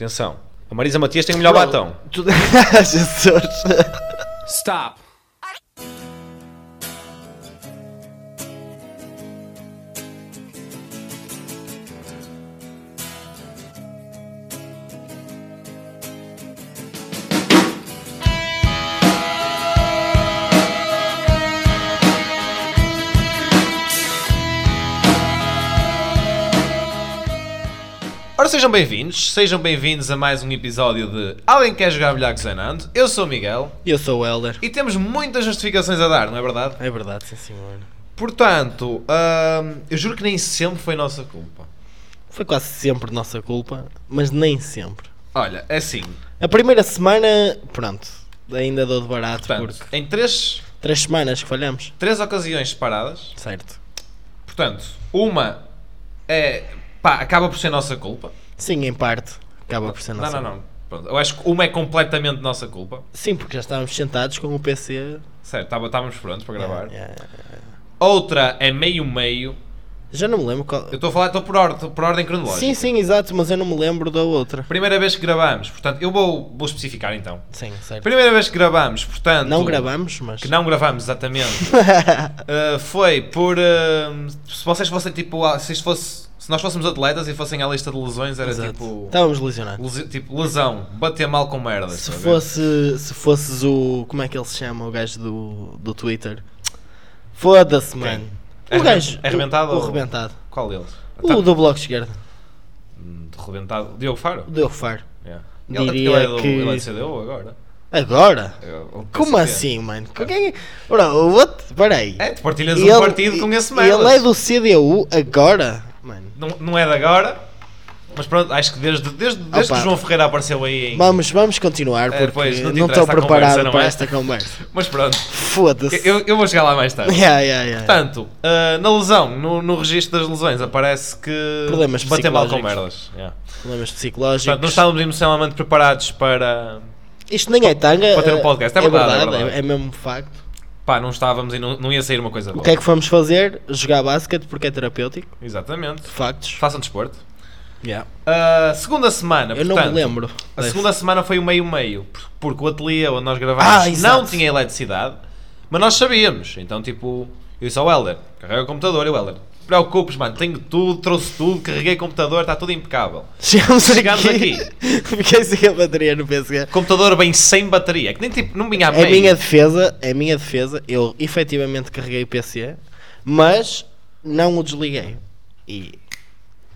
Atenção. A Marisa Matias tem o melhor batom. Jesus. Stop. Ora, sejam bem-vindos. Sejam bem-vindos a mais um episódio de Alguém Quer Jogar Milhacos Zanando. Eu sou o Miguel Eu sou o Helder. e temos muitas justificações a dar, não é verdade? É verdade, sim senhor. Portanto, hum, eu juro que nem sempre foi nossa culpa. Foi quase sempre nossa culpa, mas nem sempre. Olha, é assim. A primeira semana, pronto, ainda dou de barato Portanto, porque em três, três semanas que falhamos. três ocasiões separadas, Certo. portanto, uma é. pá, acaba por ser nossa culpa. Sim, em parte. Acaba por ser Não, nossa não, culpa. não. Pronto, eu acho que uma é completamente nossa culpa. Sim, porque já estávamos sentados com o PC. Certo, tava- estávamos prontos para gravar. É, é. Outra é meio-meio. Já não me lembro qual. Eu estou a falar, estou por, or- por ordem cronológica. Sim, sim, exato, mas eu não me lembro da outra. Primeira vez que gravamos, portanto, eu vou, vou especificar então. Sim, certo. Primeira vez que gravamos, portanto. Não gravamos, mas. Que não gravamos, exatamente. uh, foi por. uh, se vocês fossem tipo. ah, Se, isto fosse, se nós fôssemos atletas e fossem à lista de lesões, era Exato. tipo. Estávamos lesionados. lesi- tipo, lesão, bater mal com merda. Se sabe? fosse. Se fosses o. Como é que ele se chama? O gajo do, do Twitter. Foda-se, mano. É O gajo. arre- arrebentado O, o ou- Ah, arrebentado. Qual deles? O do bloco esquerdo. Tá, rebentado. Diogo Faro? O Diogo Faro. Yeah. Diria ele, ele é do, que- ele é do CDU agora. Agora? É, o Como PCP. assim, mano? Com Quem é? Ora, o outro. Peraí. É, tu partilhas um partido com esse merda. Ele é do CDU agora? Mano. não, não é de agora, mas pronto, acho que desde, desde, desde Opa. que o João Ferreira apareceu aí em. Vamos, vamos continuar É, porque pois, não te não interessa estou a conversa, preparado não para é? esta conversa. Mas pronto, Foda-se. eu, eu vou chegar lá mais tarde. Yeah, yeah, yeah. Portanto, ah, na lesão, no, no registro das lesões, aparece que. Problemas bater mal com psicológicos. merdas. Yeah. Portanto, Problemas não psicológicos. estávamos emocionalmente preparados para. Isto nem é tanga. Para ter um eh, podcast, é verdade, é verdade. é mesmo facto. Pá, não estávamos e não, não ia sair uma coisa boa. O que é que fomos fazer? Jogar basquete porque é terapêutico. Exatamente. Factos. Façam desporto. Ah, segunda semana, Eu não portanto, me lembro. A segunda semana foi o meio-meio, por- porque o ateliê onde nós Ah, gravámos exato. não tinha eletricidade, mas nós sabíamos. Então, tipo, eu disse ao Helder, carrega o computador, eu, Helder, não te preocupes, mano, tenho tudo, trouxe tudo, carreguei o computador, está tudo impecável. Chegámos, Chegámos aqui. Fiquei sem a bateria no PC. Computador bem sem bateria, que nem tipo, não vinha a É meio. minha defesa, é minha defesa. Eu efetivamente carreguei o PC, mas não o desliguei. E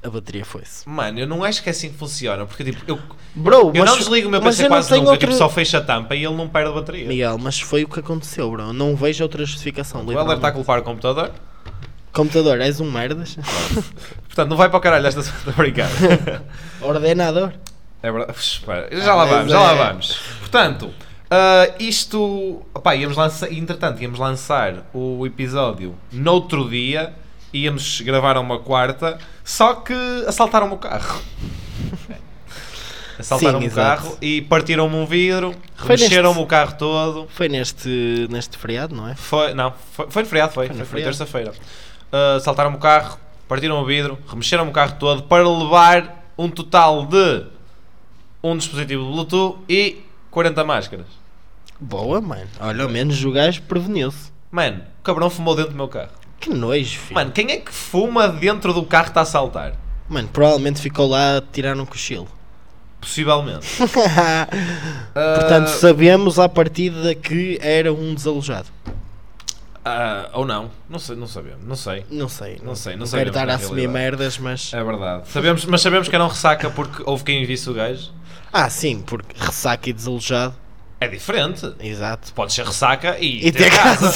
a bateria foi-se. Mano, eu não acho que é assim que funciona, porque tipo, eu, Bro, eu mas, não desligo o meu mas PC eu não quase tenho nunca, outra- tipo, só fecho a tampa e ele não perde a bateria. Miguel, mas foi o que aconteceu, bro. Não vejo outra justificação. O Helder está a literalmente. culpar o computador, Computador, és um merdas. portanto, não vai para o caralho esta semana, obrigado. Ordenador. É verdade. Puxa, espera, Já lá mas vamos, já lá é. vamos. Portanto, ah, isto. Opá, íamos lançar. Entretanto, íamos lançar o episódio noutro dia. Íamos gravar uma quarta. Só que assaltaram-me o carro. Assaltaram-me o exato. carro e partiram-me um vidro. Foi neste- Remexeram-me o carro todo. Foi neste, neste feriado, não é? Foi. Não, foi, foi no feriado, foi. Foi Foi, no foi feriado. terça-feira. Ah, assaltaram-me o carro, partiram o vidro, remexeram-me o carro todo para levar um total de um dispositivo de Bluetooth e 40 máscaras. Boa, mano. Olha, ao menos o gajo preveniu-se. Mano, o cabrão fumou dentro do meu carro. Que nojo, filho. Mano, Mano, quem é que fuma dentro do carro que está a saltar? provavelmente ficou lá a tirar um cochilo. Possivelmente. Ah, Portanto, sabemos à partida que era um desalojado. ah, ou não. Não sei, não sabemos. Não sei. Não sei. Não sei, não quero sabemos estar a na assumir realidade. merdas, mas. É verdade. Sabemos, mas sabemos que era um ressaca porque houve quem visse o gajo. Ah, sim, porque ressaca e desalojado. É diferente. Exato. Pode ser ressaca e, E ter casa.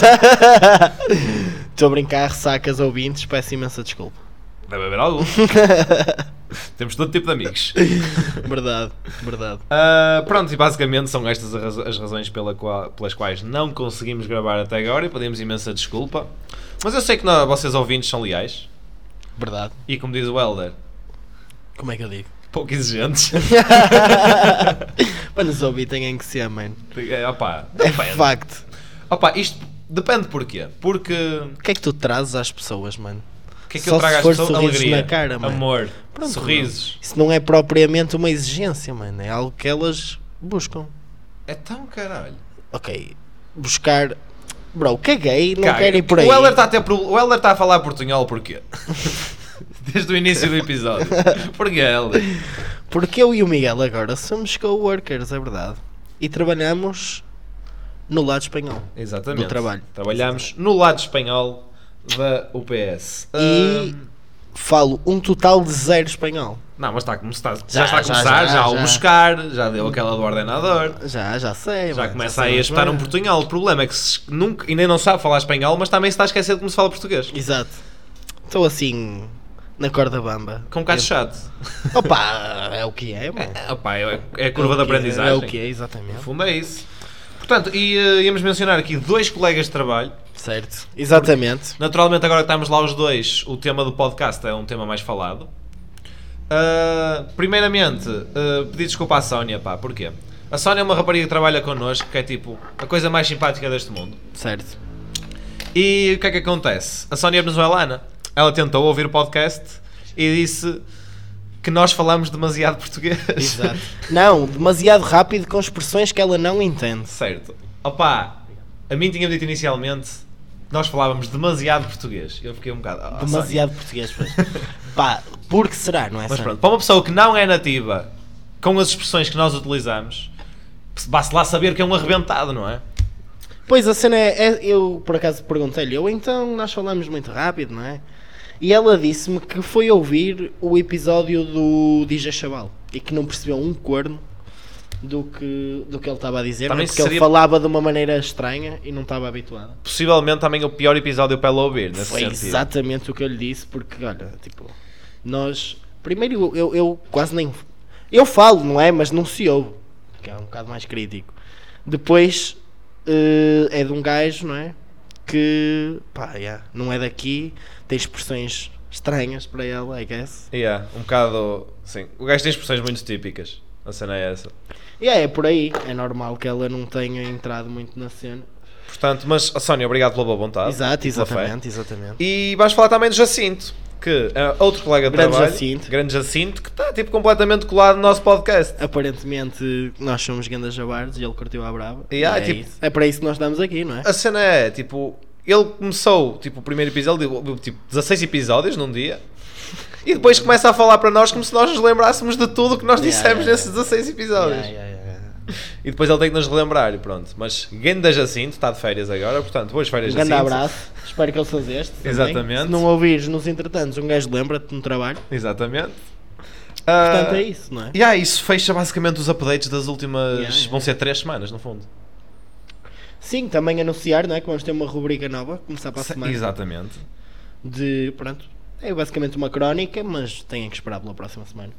Estou a brincar, ressacas ouvintes, peço imensa desculpa. Deve haver algum. Temos todo tipo de amigos. Verdade, verdade. Ah, pronto, e basicamente são estas a razo- as razões pela qua- pelas quais não conseguimos gravar até agora e pedimos imensa desculpa. Mas eu sei que não, vocês ouvintes são leais Verdade. e, como diz o Helder, Como é que eu digo? pouco exigentes. Para nos ouvir, têm que ser, mano. É, opá, É depende. facto. Opá, isto depende porquê. Porque O que é que tu trazes às pessoas, mano? o que é que Só eu trago se às for pessoas? sorrisos Alegria, na cara, mano. amor, Pronto, sorrisos. Isso não é propriamente uma exigência, mano. É algo que elas buscam. É tão caralho. Ok. Buscar. Bro, caguei, não Caga. quero ir por aí. O Heller está a, ter pro- o Heller tá a falar portunhol porquê? Desde o início do episódio. Porquê, Heller? Porque eu e o Miguel agora somos co-workers, é verdade. E trabalhamos no lado espanhol. Exatamente. Do trabalho. Trabalhamos no lado espanhol da UPS. E- Ahm, Falo um total de zero espanhol. não, mas está a começar. Já, Já, está a já, começar, já, já, a já. almoçar, já deu aquela do ordenador. Já, já sei. Já mano, começa sei, aí a mas espetar um vai. portunhol. O problema é que se es- nunca, ainda não sabe falar espanhol, mas também se está a esquecer de como se fala português. Exato. Estou assim na corda bamba. Com um bocado chato. Eu- Opa, é o que é, mano. É, opá, é é a curva É de o que é, aprendizagem. É o que é, No exatamente. fundo é isso. Portanto, e eh, íamos mencionar aqui dois colegas de trabalho. Certo. Exatamente. Naturalmente, agora que estamos lá os dois, o tema do podcast é um tema mais falado. Ah, primeiramente, ah, pedir desculpa à Sónia, pá, porquê? A Sónia é uma rapariga que trabalha connosco, que é tipo a coisa mais simpática deste mundo. Certo. E o que é que acontece? A Sónia é venezuelana. Ela tentou ouvir o podcast e disse que nós falamos demasiado português. Exato. não, demasiado rápido com expressões que ela não entende. Certo. Opa, a mim tinha dito inicialmente que nós falávamos demasiado português. Eu fiquei um bocado. "Ah, Demasiado português, pois. Pá, porque será, não Sónia." é? Mas Sam? pronto, para uma pessoa que não é nativa, com as expressões que nós utilizamos, basta lá saber que é um arrebentado, não é? Pois a cena é, é- eu por acaso perguntei-lhe, eu então nós falamos muito rápido, não é? E ela disse-me que foi ouvir o episódio do DJ Chaval e que não percebeu um corno do que, do que ele estava a dizer, não é? Também porque ele seria- falava de uma maneira estranha e não estava habituada. Possivelmente também é o pior episódio para ela ouvir, nesse Foi sentido. exatamente o que eu lhe disse, porque olha, tipo, nós. Primeiro eu, eu, eu quase nem. Eu falo, não é? Mas não se ouve, que é um bocado mais crítico. Depois eh, é de um gajo, não é? Que pá, yeah, não é daqui, tem expressões estranhas para ela, I guess. Yeah, um bocado. Sim. O gajo tem expressões muito típicas. A cena é essa. E yeah, é por aí, é normal que ela não tenha entrado muito na cena. Portanto, mas a Sónia, obrigado pela boa vontade. Exato, e pela Ah, é fé. exatamente, exatamente. E vais falar também do Jacinto, que é outro colega de Grande trabalho. Jacinto. Grande Jacinto, que está tipo completamente colado no nosso podcast. Aparentemente nós somos grandes jabardos e ele curtiu a brava. E, ah, é, tipo- isso. é para isso que nós estamos aqui, não é? A cena é, tipo, ele começou tipo, o primeiro episódio, tipo, 16 episódios num dia. E depois começa a falar para nós como se nós nos lembrássemos de tudo o que nós Uhum. Yeah, dissemos yeah, nesses 16 episódios. E depois ele tem que nos relembrar e pronto. Mas Ganda Jacinto está de férias agora, portanto, boas férias Um grande Jacinto. abraço, espero que ele seja este. também. assim, Exatamente. Se não ouvires nos entretantos, um gajo lembra-te no trabalho. Exatamente. Portanto, Ah, é isso, não é? E yeah, isso fecha basicamente os updates das últimas. Yeah, yeah. Vão ser 3 semanas, no fundo. Sim, também anunciar, não é? Que vamos ter uma rubrica nova, começar para a Se- semana. Exatamente. De, pronto, é basicamente uma crónica, mas têm que esperar pela próxima semana.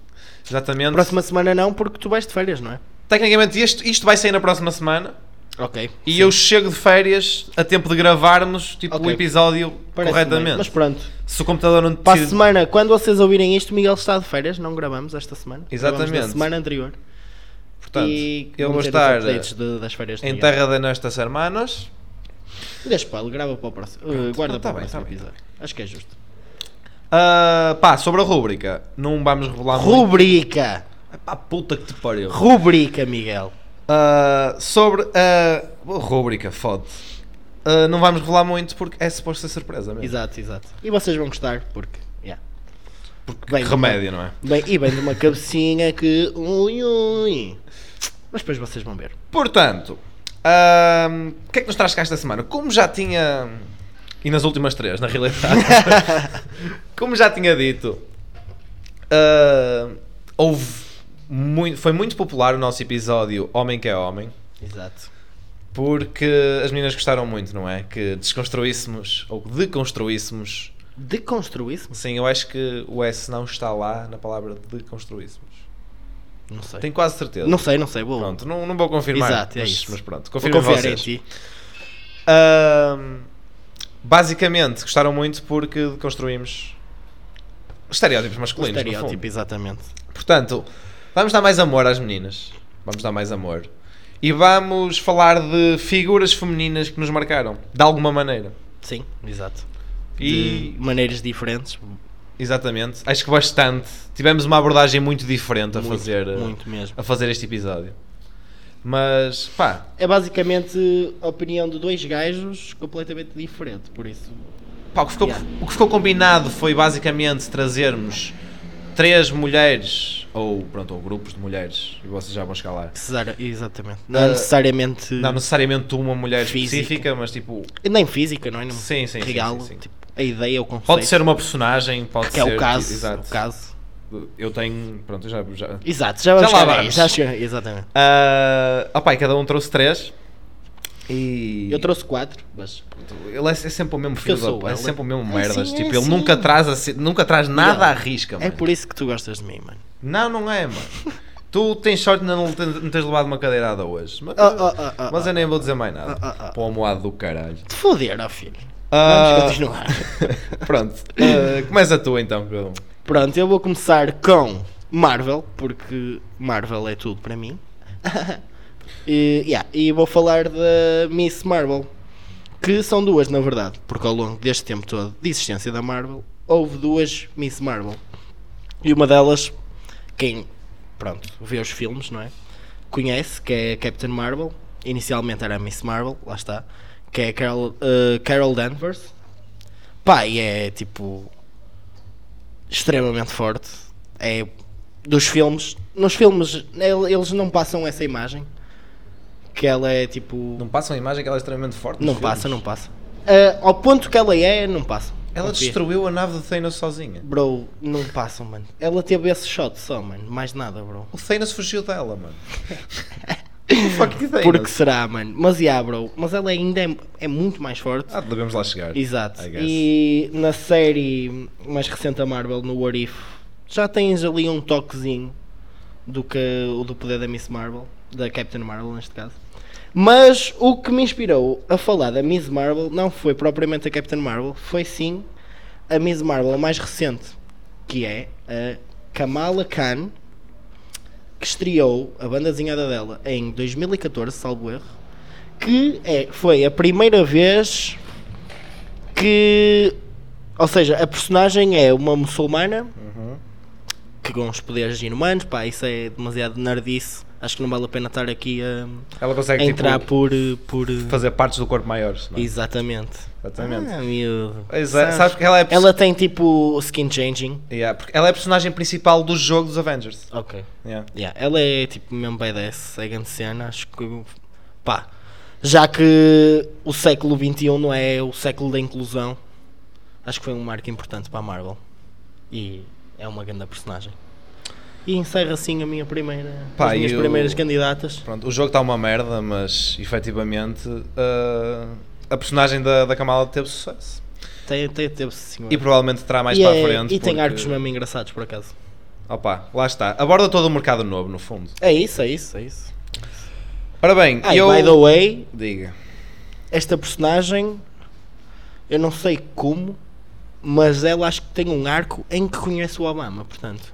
Exatamente. Próxima semana não, porque tu vais de férias, não é? Tecnicamente, isto, isto vai sair na próxima semana. Ok. E eu chego de férias a tempo de gravarmos tipo, o Ok. episódio corretamente. Mas pronto, Se o computador não para a decide. semana, quando vocês ouvirem isto, o Miguel está de férias, não gravamos esta semana. Exatamente. Gravamos na semana anterior. Portanto, e eu vou vamos ter os estar updates de- das férias do em Miguel. terra de nestas semanas. Deixa para ele, grava para o próximo. eh, guarda não, tá para bem, o próximo tá bem, episódio. Acho que é justo. Ah, pá, sobre a rúbrica, não vamos revelar muito. Rubrica! Pá, puta que te pariu. Rubrica, Miguel. Ah, sobre a rúbrica, fode. Ah, não vamos revelar muito porque é suposto ser surpresa mesmo. Exato, exato. E vocês vão gostar, porque. yeah. Porque Bem, remédio, não é? Bem, e bem de uma cabecinha que. Ui, ui. Mas depois vocês vão ver. Portanto, ahm, o que é que nos traz cá esta semana? Como já tinha. E nas últimas três, na realidade. como já tinha dito, ahm, houve muito, foi muito popular o nosso episódio Homem que é Homem, Exato. porque as meninas gostaram muito, não é? Que desconstruíssemos ou que deconstruíssemos. Deconstruíssemos? Sim, eu acho que o S não está lá na palavra deconstruíssemos. Não sei. Tenho quase certeza. Não sei, não sei. Vou, Pronto, não, não vou confirmar. Exato, é mas, isso. mas pronto, vou confirmem confiar em vocês. ti. Ahm, basicamente, gostaram muito porque construímos estereótipos O masculinos. no fundo. estereótipo, exatamente. Portanto, vamos dar mais amor às meninas. Vamos dar mais amor. E vamos falar de figuras femininas que nos marcaram, de alguma maneira. Sim, exato. E- de maneiras diferentes. Exatamente. Acho que bastante. Tivemos uma abordagem muito diferente a Muito, fazer uh, muito mesmo. a fazer este episódio. Mas pá, É basicamente a opinião de dois gajos completamente diferente, por isso. pá, o, que ficou, Yeah. o que ficou combinado foi basicamente trazermos três mulheres ou pronto, ou grupos de mulheres, e vocês já vão chegar lá. Precisar, exatamente. Não Não é necessariamente. Não necessariamente uma mulher Físico. específica, mas tipo, Nem física, não é? Não sim, sim, sim, real. sim, sim. Tipo, a ideia, o conceito. Pode ser uma personagem, pode Que é ser tipo, o caso. exato. O caso. Eu tenho, pronto, eu já, já Exato, já vamos Já lá chegar aí, vamos. já chega- exatamente. Ah, opá, e cada um trouxe três. E. Eu trouxe quatro, mas. Ele é, é sempre o mesmo Porque eu filho da sou puta, é ele. sempre o mesmo É merdas. assim, é tipo, ele assim. nunca traz, assim- nunca traz nada Não. à risca, mano. É por isso que tu gostas de mim, mano. Não, não é, mano. tu tens sorte de não, te- não teres levado uma cadeirada hoje. Mas, Ah, ah, ah, ah, mas eu nem vou dizer mais nada. Ah, ah, ah. Pô, almohado do caralho. Te foder, ó filho. Ah. Vamos continuar. Pronto, ah, começa tu então, Pedro. Pronto, eu vou começar com Marvel, porque Marvel é tudo para mim. e, yeah, e vou falar da Miss Marvel, que são duas, na verdade, porque ao longo deste tempo todo de existência da Marvel, houve duas Miss Marvel. E uma delas, quem pronto, vê os filmes, não é? Conhece, que é a Captain Marvel. Inicialmente era a Miss Marvel, lá está. Que é a Carol, eh, Carol Danvers. Pá, e é tipo extremamente forte. É dos filmes. Nos filmes el- eles não passam essa imagem. Que ela é tipo. Não passa uma imagem que ela é extremamente forte? Não nos passa, não filmes? passa. Ah, ao ponto que ela é, não passa. Ela Confia. destruiu a nave do Thanos sozinha. Bro, não passam, mano. Ela teve esse shot só, mano. Mais nada, bro. O Thanos fugiu dela, mano. Fuck Thanos. Porque será, mano? Mas yeah, bro. Mas ela ainda é, é muito mais forte. Ah, devemos lá chegar. Exato. I guess. E na série mais recente da Marvel, no What If, já tens ali um toquezinho do que o do poder da Miss Marvel, da Captain Marvel neste caso. Mas o que me inspirou a falar da Miss Marvel não foi propriamente a Captain Marvel, foi sim a Miss Marvel mais recente, que é a Kamala Khan, que estreou a banda desenhada dela em 2014, salvo erro, que é, foi a primeira vez que. Ou seja, a personagem é uma muçulmana Uhum. que com os poderes inumanos, pá, isso é demasiado nerdice. Acho que não vale a pena estar aqui a, Ela consegue a entrar tipo, por. por fazer partes do corpo maiores. não é? Exatamente. Exatamente. Ah, miúdo. Pois é, sabes que ela é, a perso- Ela tem tipo skin changing. Yeah, porque ela é a personagem principal do jogo dos Avengers. Ok. Yeah. Yeah, ela é tipo mesmo badass, é grande cena, acho que pá, já que o século XXI não é o século da inclusão, acho que foi um marco importante para a Marvel e é uma grande personagem. E encerra assim a minha primeira, Pá, as minhas eu- primeiras candidatas. Pronto, o jogo está uma merda, mas efetivamente uh, a personagem da, da Kamala teve sucesso. Tem, tem, teve senhor. E provavelmente terá mais E para é- a frente. e tem porque- arcos mesmo engraçados por acaso. Opa, lá está. Aborda todo o mercado novo, no fundo. É isso, é isso, é isso. Ora bem, Ah, e eu. by the way, Diga. esta personagem, eu não sei como, mas ela acho que tem um arco em que conhece o Obama, portanto.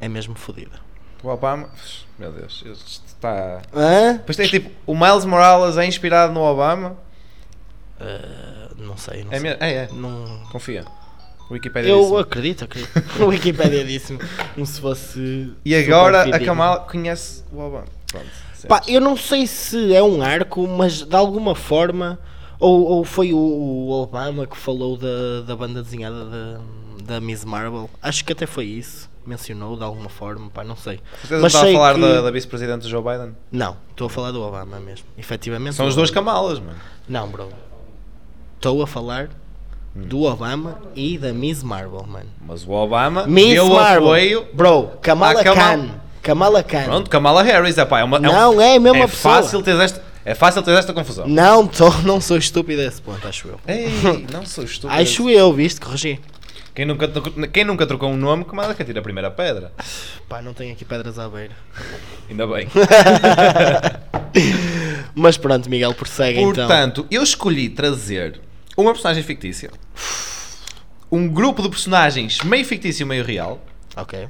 É mesmo fodida. O Obama. Meu Deus, isto está. Hã? Depois tem tipo, o Miles Morales é inspirado no Obama. Uh, Não sei, não É sei. mesmo? É, é. Não... Confia. Wikipedia Eu disse-me. acredito, acredito. O Wikipedia disse-me como se fosse. E agora super a fidedigno. Kamala conhece o Obama. Pronto. certo. Pá, eu não sei se é um arco, mas de alguma forma. Ou, ou foi o, o Obama que falou da, da banda desenhada da, da Miss Marvel? Acho que até foi isso. Mencionou de alguma forma, pá, não sei. Vocês não Mas estão a sei falar que- da, da vice-presidente Joe Biden? Não, estou a falar do Obama mesmo. Efetivamente. São o as duas Obama- Kamalas, mano. Não, bro. Estou a falar do Obama e da Miss Marvel, mano. Mas o Obama Miss deu Marvel. apoio. Bro, Kamala à Kamala- Khan. Kamala Khan. Pronto, Kamala Harris, é pá, é uma. Não, é a mesma é pessoa. Fácil ter esta, é fácil ter esta confusão. Não, tô, não sou estúpido a esse ponto, acho eu. Ei, não sou estúpido. Acho eu, viste, corrigi. Quem nunca, trocou- quem nunca trocou um nome, Kamala que atira a primeira pedra. Pá, não tenho aqui pedras à beira. Ainda bem. Mas pronto, Miguel, prossegue então. Portanto, eu escolhi trazer uma personagem fictícia, um grupo de personagens meio fictício, meio real, Ok,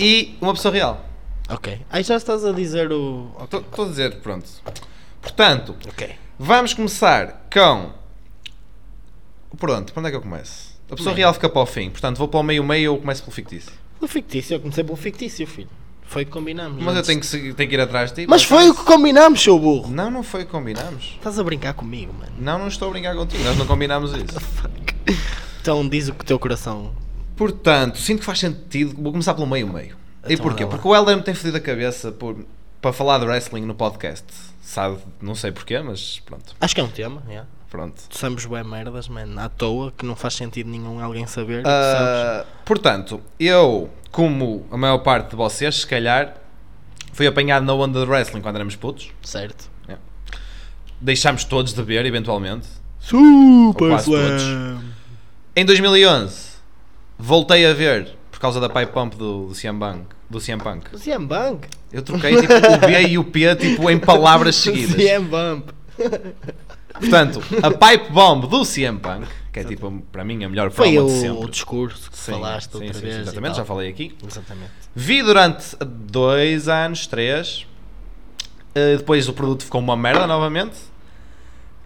e uma pessoa real. ok. Aí já estás a dizer o. Ok. Estou a dizer, pronto. Portanto, Ok. vamos começar com Pronto, para onde é que eu começo? A pessoa real fica para o fim, portanto vou para o meio-meio ou começo pelo fictício. Pelo fictício, eu comecei pelo fictício, filho. Foi o que combinámos. Mas eu antes. tenho que, seguir- tenho que ir atrás de ti. Mas foi o que combinámos, seu burro. Não, não foi o que combinámos. Estás a brincar comigo, mano. Não, não estou a brincar contigo, nós não combinámos isso. Então diz o que o teu coração. Portanto, sinto que faz sentido. Vou começar pelo meio-meio. E Então, porquê? vai lá. Porque o Helder me tem fodido a cabeça por, para falar de wrestling no podcast. Sabe, não sei porquê, mas pronto. Acho que é um tema, já. pronto. Somos bué merdas, mano, à toa, que não faz sentido nenhum alguém saber. sabes? Ah, portanto, eu, como a maior parte de vocês, se calhar, fui apanhado na onda de wrestling quando éramos putos. Certo. Deixámos todos de ver, eventualmente. Ou Super quase todos. Slam! Em 2011, voltei a ver por causa da pipe pump do, do CM Punk. Do CM Punk. O CM Bank! Eu troquei tipo, o B e o P tipo, em palavras seguidas. CM Bump! Portanto, a pipe bomb do CM Punk, que é tipo, para mim, a melhor Foi promo de o, sempre. discurso que Sim, falaste sim, outra sim, sim, vez. e exatamente, tal. já falei aqui. Exatamente. Vi durante dois anos, três. eh, depois o produto ficou uma merda novamente.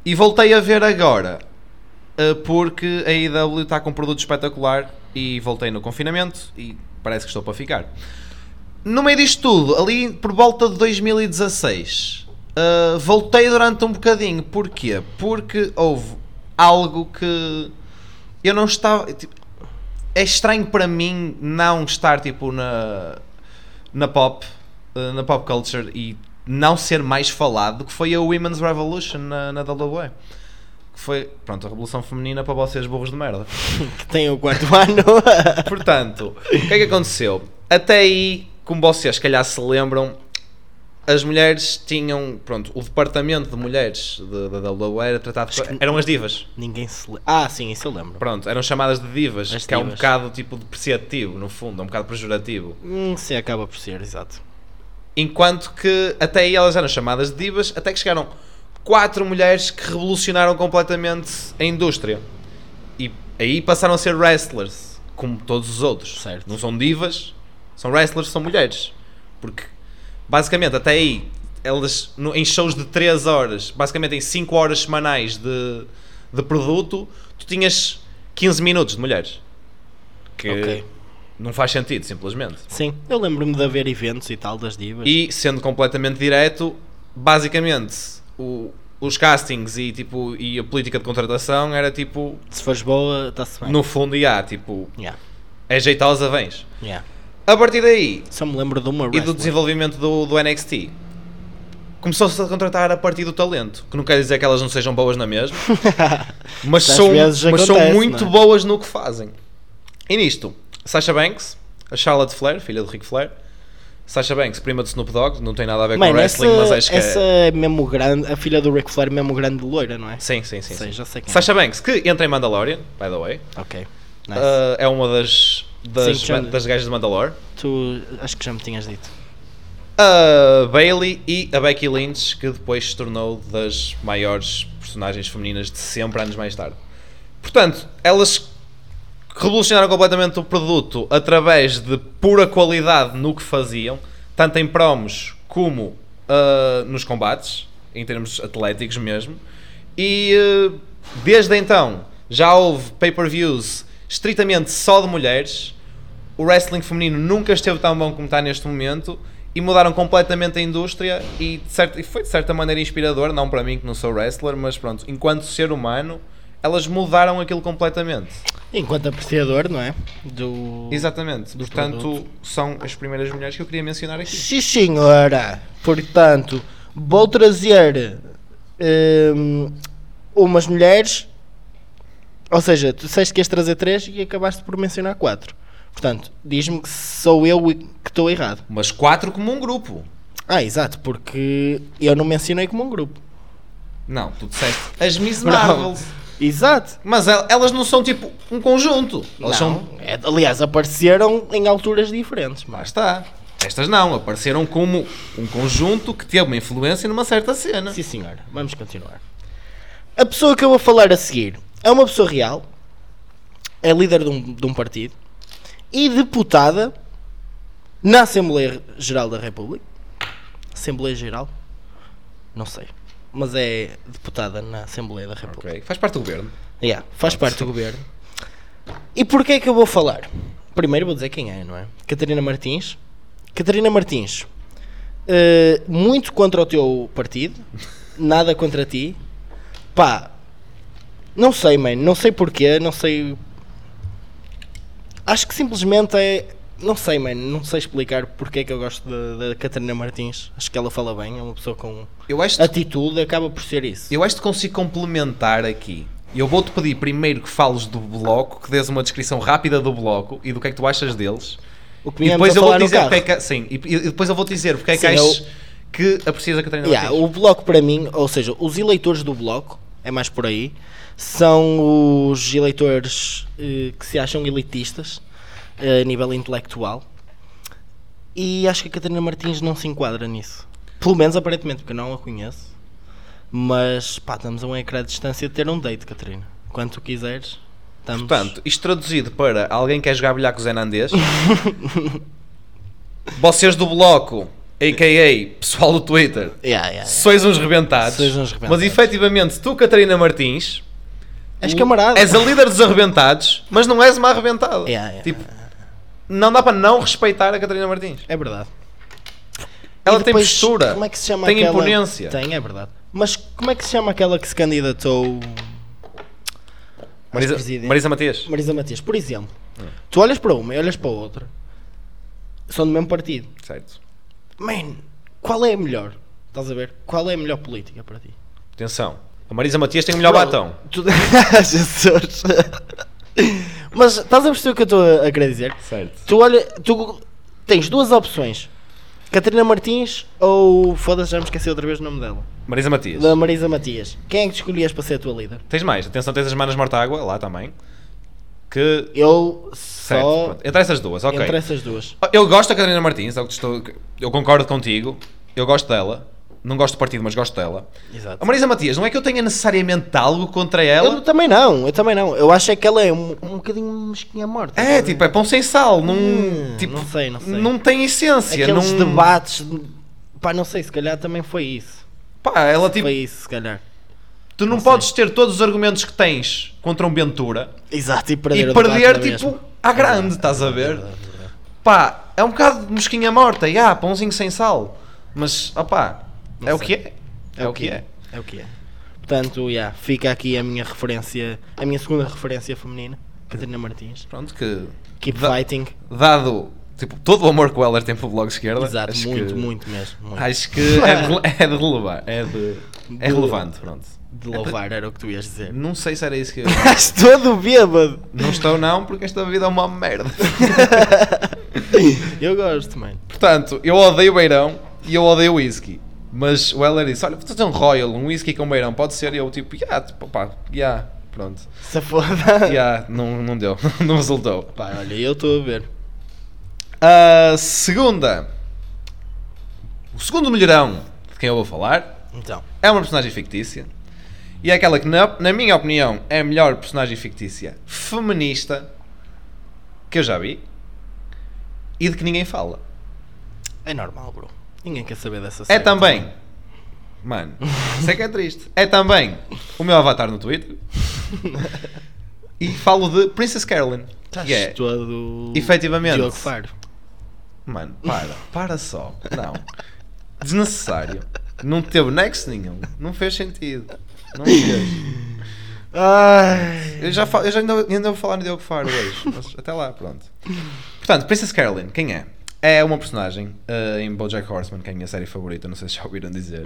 E voltei a ver agora. eh, porque a IW está com um produto espetacular. E voltei no confinamento. E parece que estou para ficar. No meio disto tudo, ali por volta de 2016, eh, voltei durante um bocadinho. Porquê? Porque houve algo que eu não estava. tipo, é estranho para mim não estar tipo na na pop eh, na pop culture e não ser mais falado do que foi a Women's Revolution na, na WWE que foi, pronto, a revolução feminina para vocês burros de merda Que tem o quarto ano. portanto, o que é que aconteceu? até aí, como vocês se calhar se lembram as mulheres tinham, pronto, o departamento de mulheres de- da WWE era tratado Acho que- eram as divas Ninguém se lembra. Ah, sim, isso eu lembro. pronto, eram chamadas de divas As que é um divas. bocado tipo depreciativo no fundo, é um bocado pejorativo Hum, sim, acaba por ser, exato. Enquanto que até aí elas eram chamadas de divas, até que chegaram quatro mulheres que revolucionaram completamente a indústria. E aí passaram a ser wrestlers, como todos os outros. Certo. Não são divas, são wrestlers, são mulheres. Porque, basicamente, até aí, elas no- em shows de 3 horas, basicamente em 5 horas semanais de, de produto, tu tinhas 15 minutos de mulheres. Que Ok. não faz sentido, simplesmente. Sim, eu lembro-me de haver eventos e tal das divas. E sendo completamente direto, basicamente o- os castings e, tipo, e a política de contratação era tipo, Se fores boa, está-se bem. no fundo, e há, tipo, Yeah, é jeitosa, vens. yeah. A partir daí Só me lembro de uma e do wrestler. desenvolvimento do, do NXT, começou-se a contratar a partir do talento, que não quer dizer que elas não sejam boas na mesma, mas, Às são, vezes mas são acontece, muito não é? boas no que fazem. E nisto, Sasha Banks, a Charlotte Flair, filha de Ric Flair, Sasha Banks, prima de Snoop Dogg, não tem nada a ver com Mano, wrestling, essa, mas acho que é- essa é mesmo grande, a filha do Ric Flair é mesmo grande loira, não é? Sim, sim, sim. Sei, sim. já sei quem é. Sasha Banks, que entra em Mandalorian, by the way, Ok. Nice. uh, é uma das, das, Sim, já- das gajas de Mandalore. tu acho que já me tinhas dito. A Uh, Bailey e a Becky Lynch, que depois se tornou das maiores personagens femininas de sempre, anos mais tarde. Portanto, elas revolucionaram completamente o produto através de pura qualidade no que faziam, tanto em promos como ah, nos combates, em termos atléticos mesmo. E eh, desde então já houve pay-per-views estritamente só de mulheres. O wrestling feminino nunca esteve tão bom como está neste momento e mudaram completamente a indústria e, de certa- e foi de certa maneira inspirador, não para mim que não sou wrestler, mas pronto, enquanto ser humano, elas mudaram aquilo completamente. Enquanto apreciador, não é? Do. Exatamente. do Portanto, produto. são as primeiras mulheres que eu queria mencionar aqui. Sim, senhora. Portanto, vou trazer hum, umas mulheres. Ou seja, tu disseste que ias trazer três e acabaste por mencionar quatro. Portanto, diz-me que sou eu e- que estou errado. Mas quatro como um grupo. Ah, exato, porque eu não mencionei como um grupo. Não, tu disseste as Miss Não. Marvels. Exato. Mas el- elas não são tipo um conjunto. Elas Não, são. é- aliás, apareceram em alturas diferentes. Lá Mas está. Estas não, apareceram como um conjunto que teve uma influência numa certa cena. Sim, senhor. Vamos continuar. A pessoa que eu vou falar a seguir é uma pessoa real, é líder de um, de um partido e deputada na Assembleia Geral da República. Assembleia Geral? Não sei. mas é deputada na Assembleia da República. Ok. Faz parte do governo. Yeah, faz parte do governo. E porquê é que eu vou falar? Primeiro vou dizer quem é, não é? Catarina Martins. Catarina Martins, eh, muito contra o teu partido, nada contra ti. Pá, não sei, mano, não sei porquê, não sei. Acho que simplesmente é. Não sei, mano, não sei explicar porque é que eu gosto da da Catarina Martins. Acho que ela fala bem, é uma pessoa com Eu acho que atitude, acaba por ser isso. Eu acho que consigo complementar aqui. Eu vou-te pedir primeiro que fales do bloco, que dês uma descrição rápida do bloco e do que é que tu achas deles. O que E viemos depois a eu vou falar no dizer carro. porque é que. Sim, e, e depois eu vou te dizer porque é que Sim, achas que aprecias a Catarina Yeah, Martins. o bloco para mim, ou seja, os eleitores do bloco, é mais por aí, são os eleitores eh, que se acham elitistas eh, a nível intelectual. E acho que a Catarina Martins não se enquadra nisso. Pelo menos aparentemente, porque eu não a conheço. Mas pá, estamos a um ecrã de distância de ter um date, Catarina. Quando tu quiseres, estamos. Portanto, isto traduzido para alguém que quer jogar bilhar com o Zenandês. Vocês do bloco, a.k.a. pessoal do Twitter, Yeah, yeah, yeah. sois uns rebentados. Sois Mas uns rebentados. efetivamente, tu, Catarina Martins, És camarada. és a líder dos arrebentados, mas não és uma arrebentada. Yeah, yeah. Tipo, não dá para não respeitar a Catarina Martins. É verdade. Ela E tem depois, postura, como é que se chama tem aquela- imponência. Tem, é verdade. Mas como é que se chama aquela que se candidatou Marisa, presidente. Marisa Matias. Marisa Matias, por exemplo? Tu olhas para uma e olhas para a outra, são do mesmo partido. Certo. Man, qual é a melhor? Estás a ver? Qual é a melhor política para ti? Atenção. A Marisa Matias tem o melhor Bro, batom. tu- Jesus. Mas estás a perceber o que eu estou a- a querer dizer? Certo. Tu olha, tu tens duas opções. Catarina Martins ou foda-se, já me esqueci outra vez o nome dela. Marisa Matias. Da Marisa Matias. Quem é que tu escolhias para ser a tua líder? Tens mais. Atenção, tens as Manas Mortágua, lá também. Que. Eu Certo. só pronto. Entre essas duas, ok. entre essas duas. Eu gosto da Catarina Martins, é o que estou- eu concordo contigo. Eu gosto dela. Não gosto do partido, mas gosto dela. Exato. A Marisa Matias, não é que eu tenha necessariamente algo contra Eu ela. também não, eu também não. Eu acho é que ela é um, um bocadinho mesquinha morta. tá É, tipo, é pão sem sal. Não, Hum, tipo, não sei, não sei. não tem essência. aqueles não, debates. Pá, não sei, se calhar também foi isso. Pá, ela tipo, Foi isso, se calhar. Tu não, Não sei. podes ter todos os argumentos que tens contra um Ventura Exato, e perder e o debate é perder, na tipo, mesma. à grande, estás a ver? Uhum. É Verdade, verdade. Pá, é um bocado de mosquinha morta, e há, pãozinho sem sal. Mas, opá, Não é o sei. que é. É o que é. É o que é. Portanto, yeah, fica aqui a minha referência, a minha segunda referência feminina, Catarina Martins. Pronto, que Keep Da- fighting. dado, tipo, todo o amor que o Heller tem pelo blog de esquerda. Exato, acho muito, que- muito mesmo. Muito. Acho que é de, é de relevar, é de... É De- relevante, pronto. De louvar era o que tu ias dizer. Não sei se era isso que eu... Estás todo bêbado. não estou não, porque esta vida é uma merda. Eu gosto, mano. Portanto, eu odeio beirão e eu odeio whisky. Mas o Heller disse: Olha, vou fazer um Royal, um whisky com beirão, pode ser? E eu, tipo, já, tipo, pá, já, pronto. Se foda. Já, não, não deu, não resultou. Pá, olha, eu estou a ver. A segunda. O segundo melhorão de quem eu vou falar Então, é uma personagem fictícia. E é aquela que, na, na minha opinião, é a melhor personagem fictícia feminista que eu já vi e de que ninguém fala. é normal, bro. Ninguém quer saber dessa É série. também. Mano, isso é que é triste. É também o meu avatar no Twitter. e falo de Princess Carolyn. Estás que é- todo. Efetivamente. Diogo Faro. Mano, para, para só. Não. Desnecessário. Não teve nexo nenhum. Não fez sentido. Não fez. Ai. Eu já, falo, eu já ainda, ainda vou falar no Diogo Faro hoje. Mas até lá, pronto. Portanto, Princess Carolyn, quem é? É uma personagem eh, em Bojack Horseman, que é a minha série favorita, não sei se já ouviram dizer.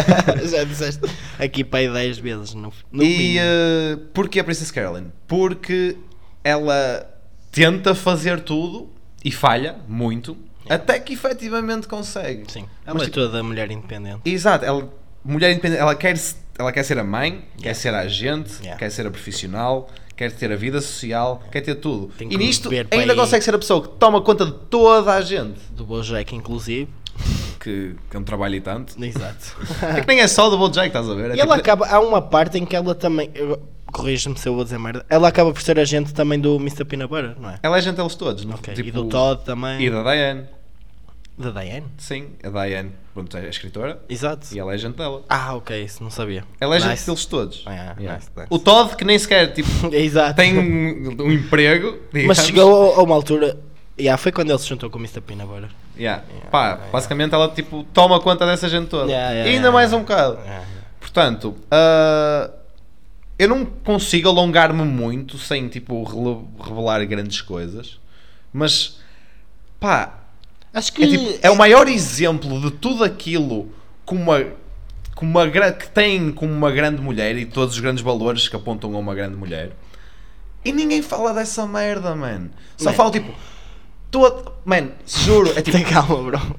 Já disseste aqui para aí 10 vezes. No, no E mínimo. uh, porquê a Princess Carolyn? Porque ela tenta fazer tudo e falha muito, até que efetivamente consegue. Sim. é Ela uma é tipo- toda mulher independente. Exato, ela, mulher independente, ela quer, se- ela quer ser a mãe, quer ser a agente, Yeah. quer ser a profissional, quer ter a vida social, quer ter tudo. Tem E que nisto beber para ainda aí. consegue ser a pessoa que toma conta de toda a gente, Do Bojack, inclusive. que, que é um trabalho e tanto. Exato. É que nem é só do Bojack, estás a ver? É e ela tipo- acaba. Há uma parte em que ela também. eu- Corrige-me se eu vou dizer merda. Ela acaba por ser agente também do Mr. Peanut Butter, não é? ela é gente deles todos, não Ok. Tipo, e do Todd também. E da Diane. Da Diane? Sim, a Diane pronto, é escritora Exato. e ela é agente dela. Ah, ok, isso não sabia. Ela é Nice. agente deles todos. Ah, Yeah. nice, nice. O Todd, que nem sequer tipo, Exato. tem um, um emprego, digamos. Mas chegou a- a uma altura. Yeah, foi quando ele se juntou com o Mr. Pina agora. Yeah. Yeah, Pá, yeah. basicamente ela tipo toma conta dessa gente toda. Yeah, yeah, e ainda yeah, mais um yeah. bocado. Yeah. Portanto, ah, eu não consigo alongar-me muito sem tipo rele- revelar grandes coisas, mas pá, Acho que é, tipo, é o maior exemplo de tudo aquilo que uma, que, uma, gra- que tem como uma grande mulher e todos os grandes valores que apontam a uma grande mulher. E ninguém fala dessa merda, man. Só Man. fala tipo. Todo, man, juro, é tipo. Tem calma, bro.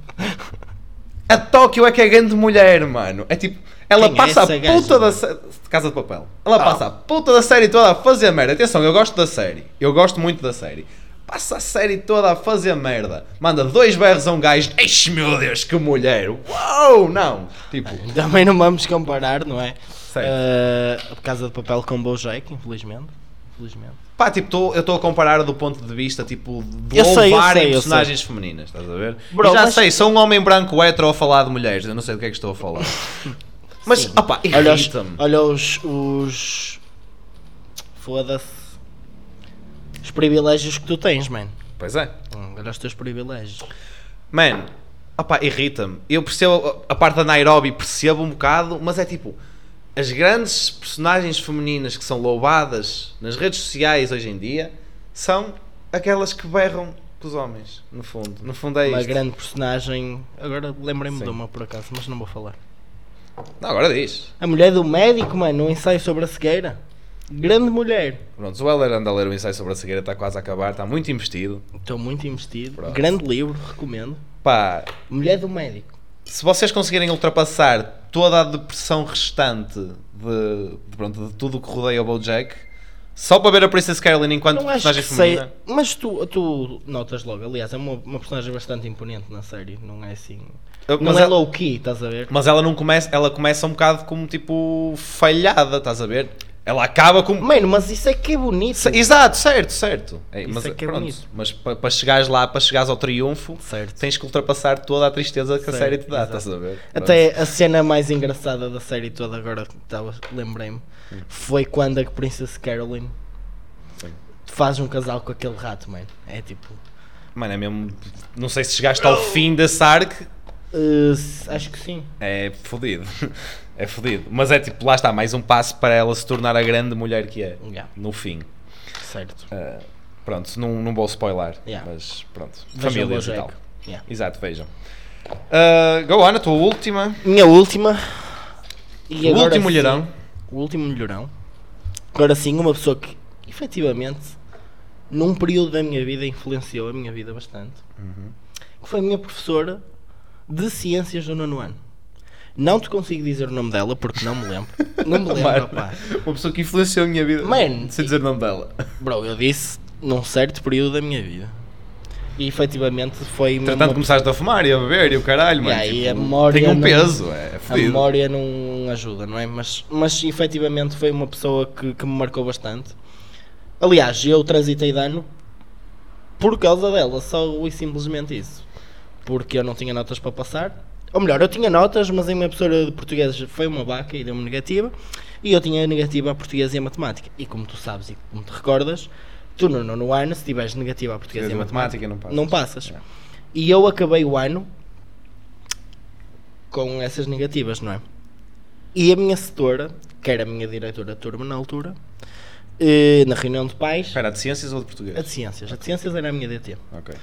A Tóquio é que é grande mulher, mano. É tipo, ela Quem é passa essa a gaja, puta da mano? Ah. série. Casa de papel. Ela passa a puta da série toda a fazer merda. Atenção, eu gosto da série. Eu gosto muito da série. Passa a série toda a fazer merda. Manda dois berros a um gajo. Eixe, meu Deus, que mulher! Uau! Não! Tipo, Também não vamos comparar, não é? Certo. Ah, a Casa de Papel com o Bojack, infelizmente. Infelizmente. pá, tipo, tô- eu estou a comparar do ponto de vista, tipo, de Eu sei, eu louvarem sei, eu personagens femininas, estás a ver? Bro, E já mas- sei, sou um homem branco hétero a falar de mulheres. Eu não sei do que é que estou a falar. Mas, Sim. opá, Olha os. irrita-me. Olha os. os- Foda-se. Os privilégios que tu tens, mano. Pois é. Olha os teus privilégios. Man, opá, irrita-me. Eu percebo a a parte da Nairobi, percebo um bocado, mas é tipo. As grandes personagens femininas que são louvadas nas redes sociais hoje em dia são aquelas que berram com os homens, no fundo. No fundo é Uma isto. grande personagem. Agora lembrei-me Sim. de uma por acaso, mas não vou falar. Não, agora diz. A mulher do médico, mano, um ensaio sobre a cegueira. Grande mulher. Pronto, o Heller anda a ler o ensaio sobre a cegueira, está quase a acabar, está muito investido. Estou muito investido. Pronto. Grande livro, recomendo. Pá, Mulher do médico. se vocês conseguirem ultrapassar toda a depressão restante de, de, pronto, de tudo o que rodeia o Bojack, só para ver a Princess Caroline enquanto Não acho que personagem sei. feminina. Mas tu, tu notas logo. Aliás, é uma, uma personagem bastante imponente na série. Não é assim. Mas, não é ela, low key, estás a ver? mas ela não começa, ela começa um bocado como tipo falhada, estás a ver? Ela acaba com Mano, mas isso é que é bonito. Se- Exato, certo, certo. É, Isso mas é que é pronto, bonito. mas para chegares lá, para chegares ao triunfo, Certo. tens que ultrapassar toda a tristeza que a Certo, série te dá, exato. estás a ver? Até a cena mais engraçada da série toda, agora que estava- lembrei-me, foi quando a Princess Caroline Hum. Sim. faz um casal com aquele rato, mano. É tipo. Pronto. Mano, é mesmo, não sei se chegaste ao fim desse arc, uh, s- acho que sim. é fodido. É fodido, mas é tipo, lá está, mais um passo para ela se tornar a grande mulher que é, Yeah, no fim. certo. Ah, pronto, não, não vou spoiler, Yeah. mas pronto, Vejam famílias e Bojack. tal. Yeah. Exato, vejam. Ah, go on, a tua última. Minha última. E o agora último sim- olharão. O último melhorão. Agora sim, uma pessoa que efetivamente, num período da minha vida, influenciou a minha vida bastante. Que foi a minha professora de ciências do nono ano. Não te consigo dizer o nome dela porque não me lembro. Não me lembro, Mano, opá. Uma pessoa que influenciou a minha vida. Man. Sem dizer o nome dela. Bro, eu disse num certo período da minha vida. E efetivamente foi mesmo Entretanto, começaste a fumar e a beber e o caralho, mano. E aí, tipo, a memória tem um não- peso, é, é A fodido. memória não ajuda, não é? Mas, mas efetivamente foi uma pessoa que, que me marcou bastante. Aliás, eu transitei de ano por causa dela, só e simplesmente isso. Porque eu não tinha notas para passar. Ou melhor, eu tinha notas, mas a minha professora de português foi uma vaca e deu-me negativa. E eu tinha negativa a português e a matemática. E como tu sabes e como te recordas, tu no nono ano, se tiveres negativa a português e a matemática, não passa. não passas. É. E eu acabei o ano com essas negativas, não é? E a minha setora, que era a minha diretora de turma na altura, eh, na reunião de pais, Espera, de ciências ou de português? a de ciências, a de ciências era a minha DT. Ok.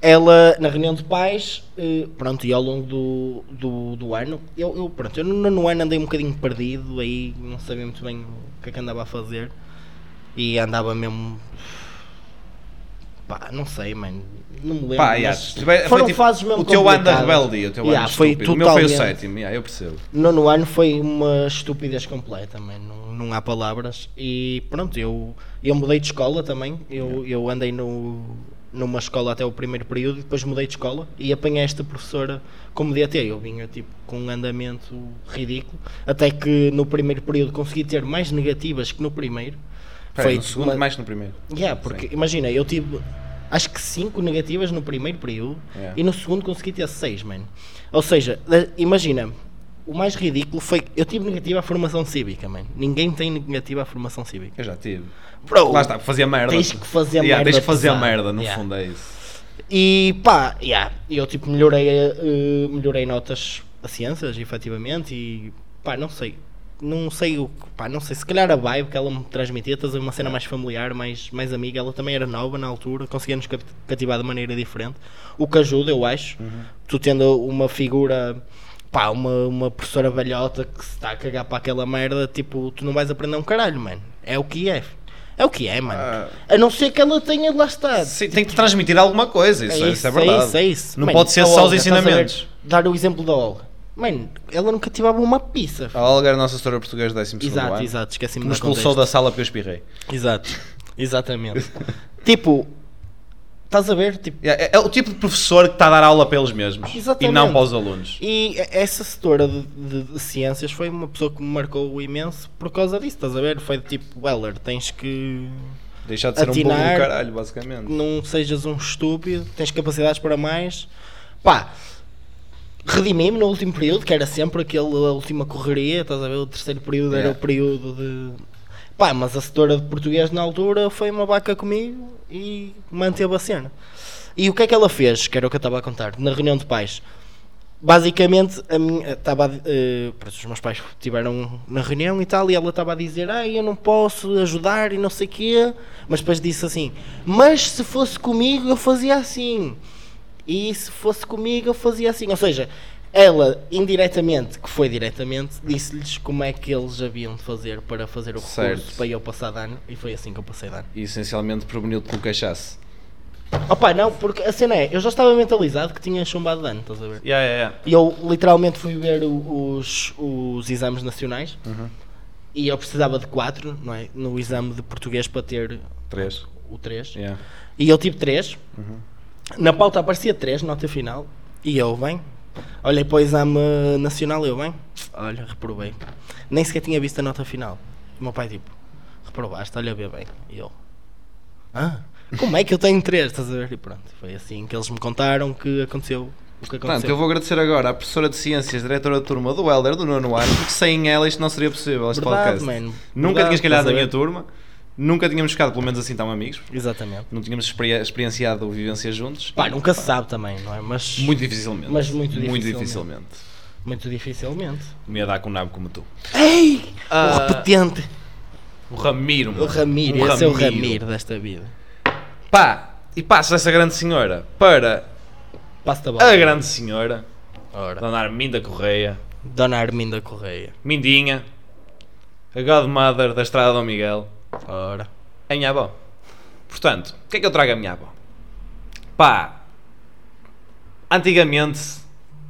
Ela, na reunião de pais, eh, pronto, e ao longo do, do, do ano, eu, eu, pronto, eu no, no ano andei um bocadinho perdido, aí não sabia muito bem o que é que andava a fazer, e andava mesmo... Pá, não sei, mano, não me lembro, Pá, mas yeah, tiver- foi foram tipo fases mesmo O teu ano da complicadas. rebeldia, o teu Yeah, ano foi estúpido. O meu foi o totalmente. sétimo, yeah, eu percebo. nono ano foi uma estupidez completa, man. Não, não há palavras. E pronto, eu, eu mudei de escola também. Eu, eu andei no, numa escola até o primeiro período e depois mudei de escola e apanhei esta professora como DT. Eu vinha tipo com um andamento ridículo. Até que no primeiro período consegui ter mais negativas que no primeiro. Espera, Foi no segundo uma- mais que no primeiro. Yeah, porque imagina, eu tive acho que 5 negativas no primeiro período Yeah. e no segundo consegui ter 6, mano. Ou seja, da- imagina, o mais ridículo foi que eu tive negativa à formação cívica, mano. Ninguém tem negativa à formação cívica. Eu já tive. Bro, Lá está, fazia merda. Tens que fazer Yeah, merda, Tens que fazer pesado. merda, no Yeah. fundo é isso. E pá, yeah, eu tipo melhorei, eh, melhorei notas a ciências, efetivamente, e pá, não sei. Não sei o que, pá, não sei, se calhar a vibe que ela me transmitia, estás a ver, uma cena mais familiar, mais, mais amiga, ela também era nova na altura, conseguia nos cap- cativar de maneira diferente, o que ajuda, eu acho, Uhum. tu tendo uma figura, pá, uma, uma professora velhota que se está a cagar para aquela merda, tipo, tu não vais aprender um caralho, mano, é o que é, é o que é, mano, Ah. a não ser que ela tenha, lá está, Sim, tem que transmitir alguma coisa, isso é, isso é verdade. isso, é isso. Não Mano, pode ser a só os Olga, estás tá a ver? ensinamentos. Dar o exemplo da Olga. Mano, ela nunca tivava uma pizza. A Olga era a nossa história portuguesa do 12 exato, ano. exato, esqueci-me Que me expulsou da sala porque eu espirrei. Exato, exatamente. tipo, estás a ver? Tipo, É, é- é o tipo de professor que está a dar aula para eles mesmos Exatamente. e não para os alunos. e essa setora de, de- de ciências foi uma pessoa que me marcou imenso por causa disso, estás a ver? Foi de tipo, Weller, tens que. Deixar de ser um burro Atinar- do caralho, basicamente. não sejas um estúpido, tens capacidades para mais. Pá, redimi-me no último período, que era sempre aquele, a última correria, estás a ver? O terceiro período era o Yeah. período de. Pá, mas a setora de português na altura foi uma vaca comigo e manteve a cena. E o que é que ela fez? Que era o que eu estava a contar, na reunião de pais. Basicamente, a minha, estava a di- eh, pronto, os meus pais estiveram na reunião e tal, e ela estava a dizer: Ai, eu não posso ajudar e não sei o quê. Mas depois disse assim: Mas se fosse comigo, eu fazia assim. E se fosse comigo, eu fazia assim. Ou seja, ela, indiretamente, que foi diretamente, disse-lhes como é que eles haviam de fazer para fazer o recurso Certo. para eu passar de ano. E foi assim que eu passei de ano. E essencialmente preveniu-te pelo cachaço. Opa, não, porque a cena é: eu já estava mentalizado que tinha chumbado de ano, estás a ver? Yeah, yeah, yeah. E eu literalmente fui ver o- os, os exames nacionais Uhum. e eu precisava de 4 não é? no exame de português para ter Três. o 3. Yeah. Uhum. E eu tive 3. Na pauta aparecia 3, nota final. E eu, bem, olhei para o exame nacional e eu, bem, olha, reprovei. Nem sequer tinha visto a nota final. O meu pai, tipo, reprovaste, olha bem, bem. E eu, ah, como é que eu tenho 3? Estás a ver? E pronto, foi assim que eles me contaram que aconteceu o que aconteceu. Portanto, eu vou agradecer agora à professora de ciências, diretora de turma do Helder, do nono ano, porque sem ela isto não seria possível, este Verdade, podcast. mano. Nunca Verdade, tinhas calhado na estás a minha ver? turma, nunca tínhamos ficado pelo menos assim tão amigos, Exatamente. não tínhamos exper- experienciado o vivência juntos. Pá, nunca se sabe também, não é? Mas Muito dificilmente. Mas muito dificilmente. dificilmente. muito dificilmente. Me ia dar com um nabo como tu. Ei! Ah. o repetente! O Ramiro, mano. O Ramiro, Um esse é o Ramiro desta vida. Pá, e passa essa grande senhora para Passa a bola. a grande senhora, Ora. Dona Arminda Correia, Dona Arminda Correia. Mindinha, a Godmother da Estrada Dom Miguel, Ora. a minha avó. Portanto, o que é que eu trago a minha avó? Pá, antigamente,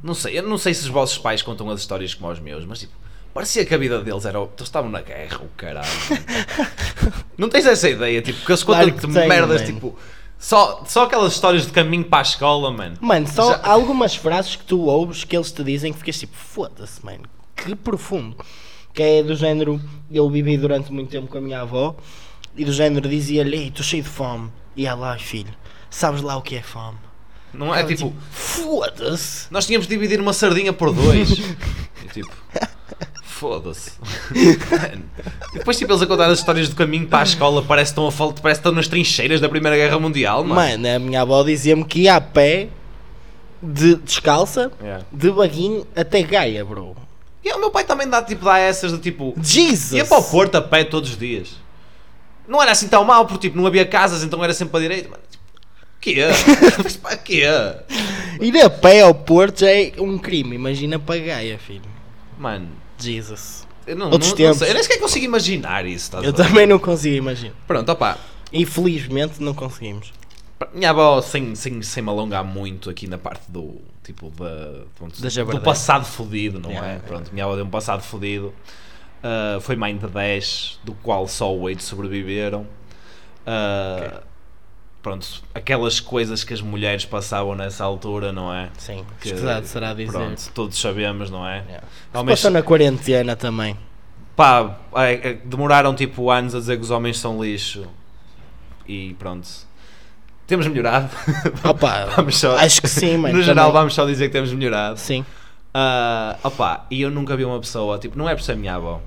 não sei, eu não sei se os vossos pais contam as histórias como aos meus, mas tipo, parecia que a vida deles era. o- Eles estavam na guerra, o caralho. não tens essa ideia, tipo, que eles Claro contam que de tenho, merdas, mano. tipo, só, só aquelas histórias de caminho para a escola, mano. Mano, só Já- há algumas frases que tu ouves que eles te dizem que ficas tipo, foda-se, mano, que profundo. Que é do género, eu vivi durante muito tempo com a minha avó e do género dizia-lhe, ei, estou cheio de fome. E ela, ai filho, sabes lá o que é fome? Não é Ela, tipo, foda-se. nós tínhamos de dividir uma sardinha por dois. e tipo, foda-se. Mano. E depois, tipo, eles a contar as histórias do caminho para a escola, parece que estão, a fal... parece que estão nas trincheiras da Primeira Guerra Mundial, mano. Mano, a minha avó dizia-me que ia a pé, de, descalça, Yeah. de baguinho até Gaia, bro. E é, o meu pai também dá, tipo, dá essas de tipo, Jesus! ia para o Porto a pé todos os dias. Não era assim tão mal, porque tipo, não havia casas, então era sempre para a direita, mano. Tipo, quê? Mas para quê? Ir a pé ao Porto já é um crime, imagina para Gaia, filho. Mano, Jesus. eu não, não- Outros não tempos. sei, eu nem sequer consigo imaginar isso, estás Eu a ver? também não consigo imaginar. Pronto, opá. Infelizmente não conseguimos. Minha avó, sem, sem, sem me alongar muito aqui na parte do tipo da, pronto, Da do jabardeira. passado fodido, não Yeah, é? yeah. Pronto, minha avó deu um passado fodido. Ah, foi mãe de 10, do qual só 8 sobreviveram. Ah, Pronto, aquelas coisas que as mulheres passavam nessa altura, não é? Sim, Que, escusado será dizer. Pronto, todos sabemos, não é? Yeah. Ao Se menos- passou na quarentena também. Pá, é- é- demoraram tipo anos a dizer que os homens são lixo e pronto. Temos melhorado. Opa, Vamos só- acho que sim, mano. no geral, também. vamos só dizer que temos melhorado. Sim. Ah, opa, e eu nunca vi uma pessoa, tipo, não é por ser minha avó,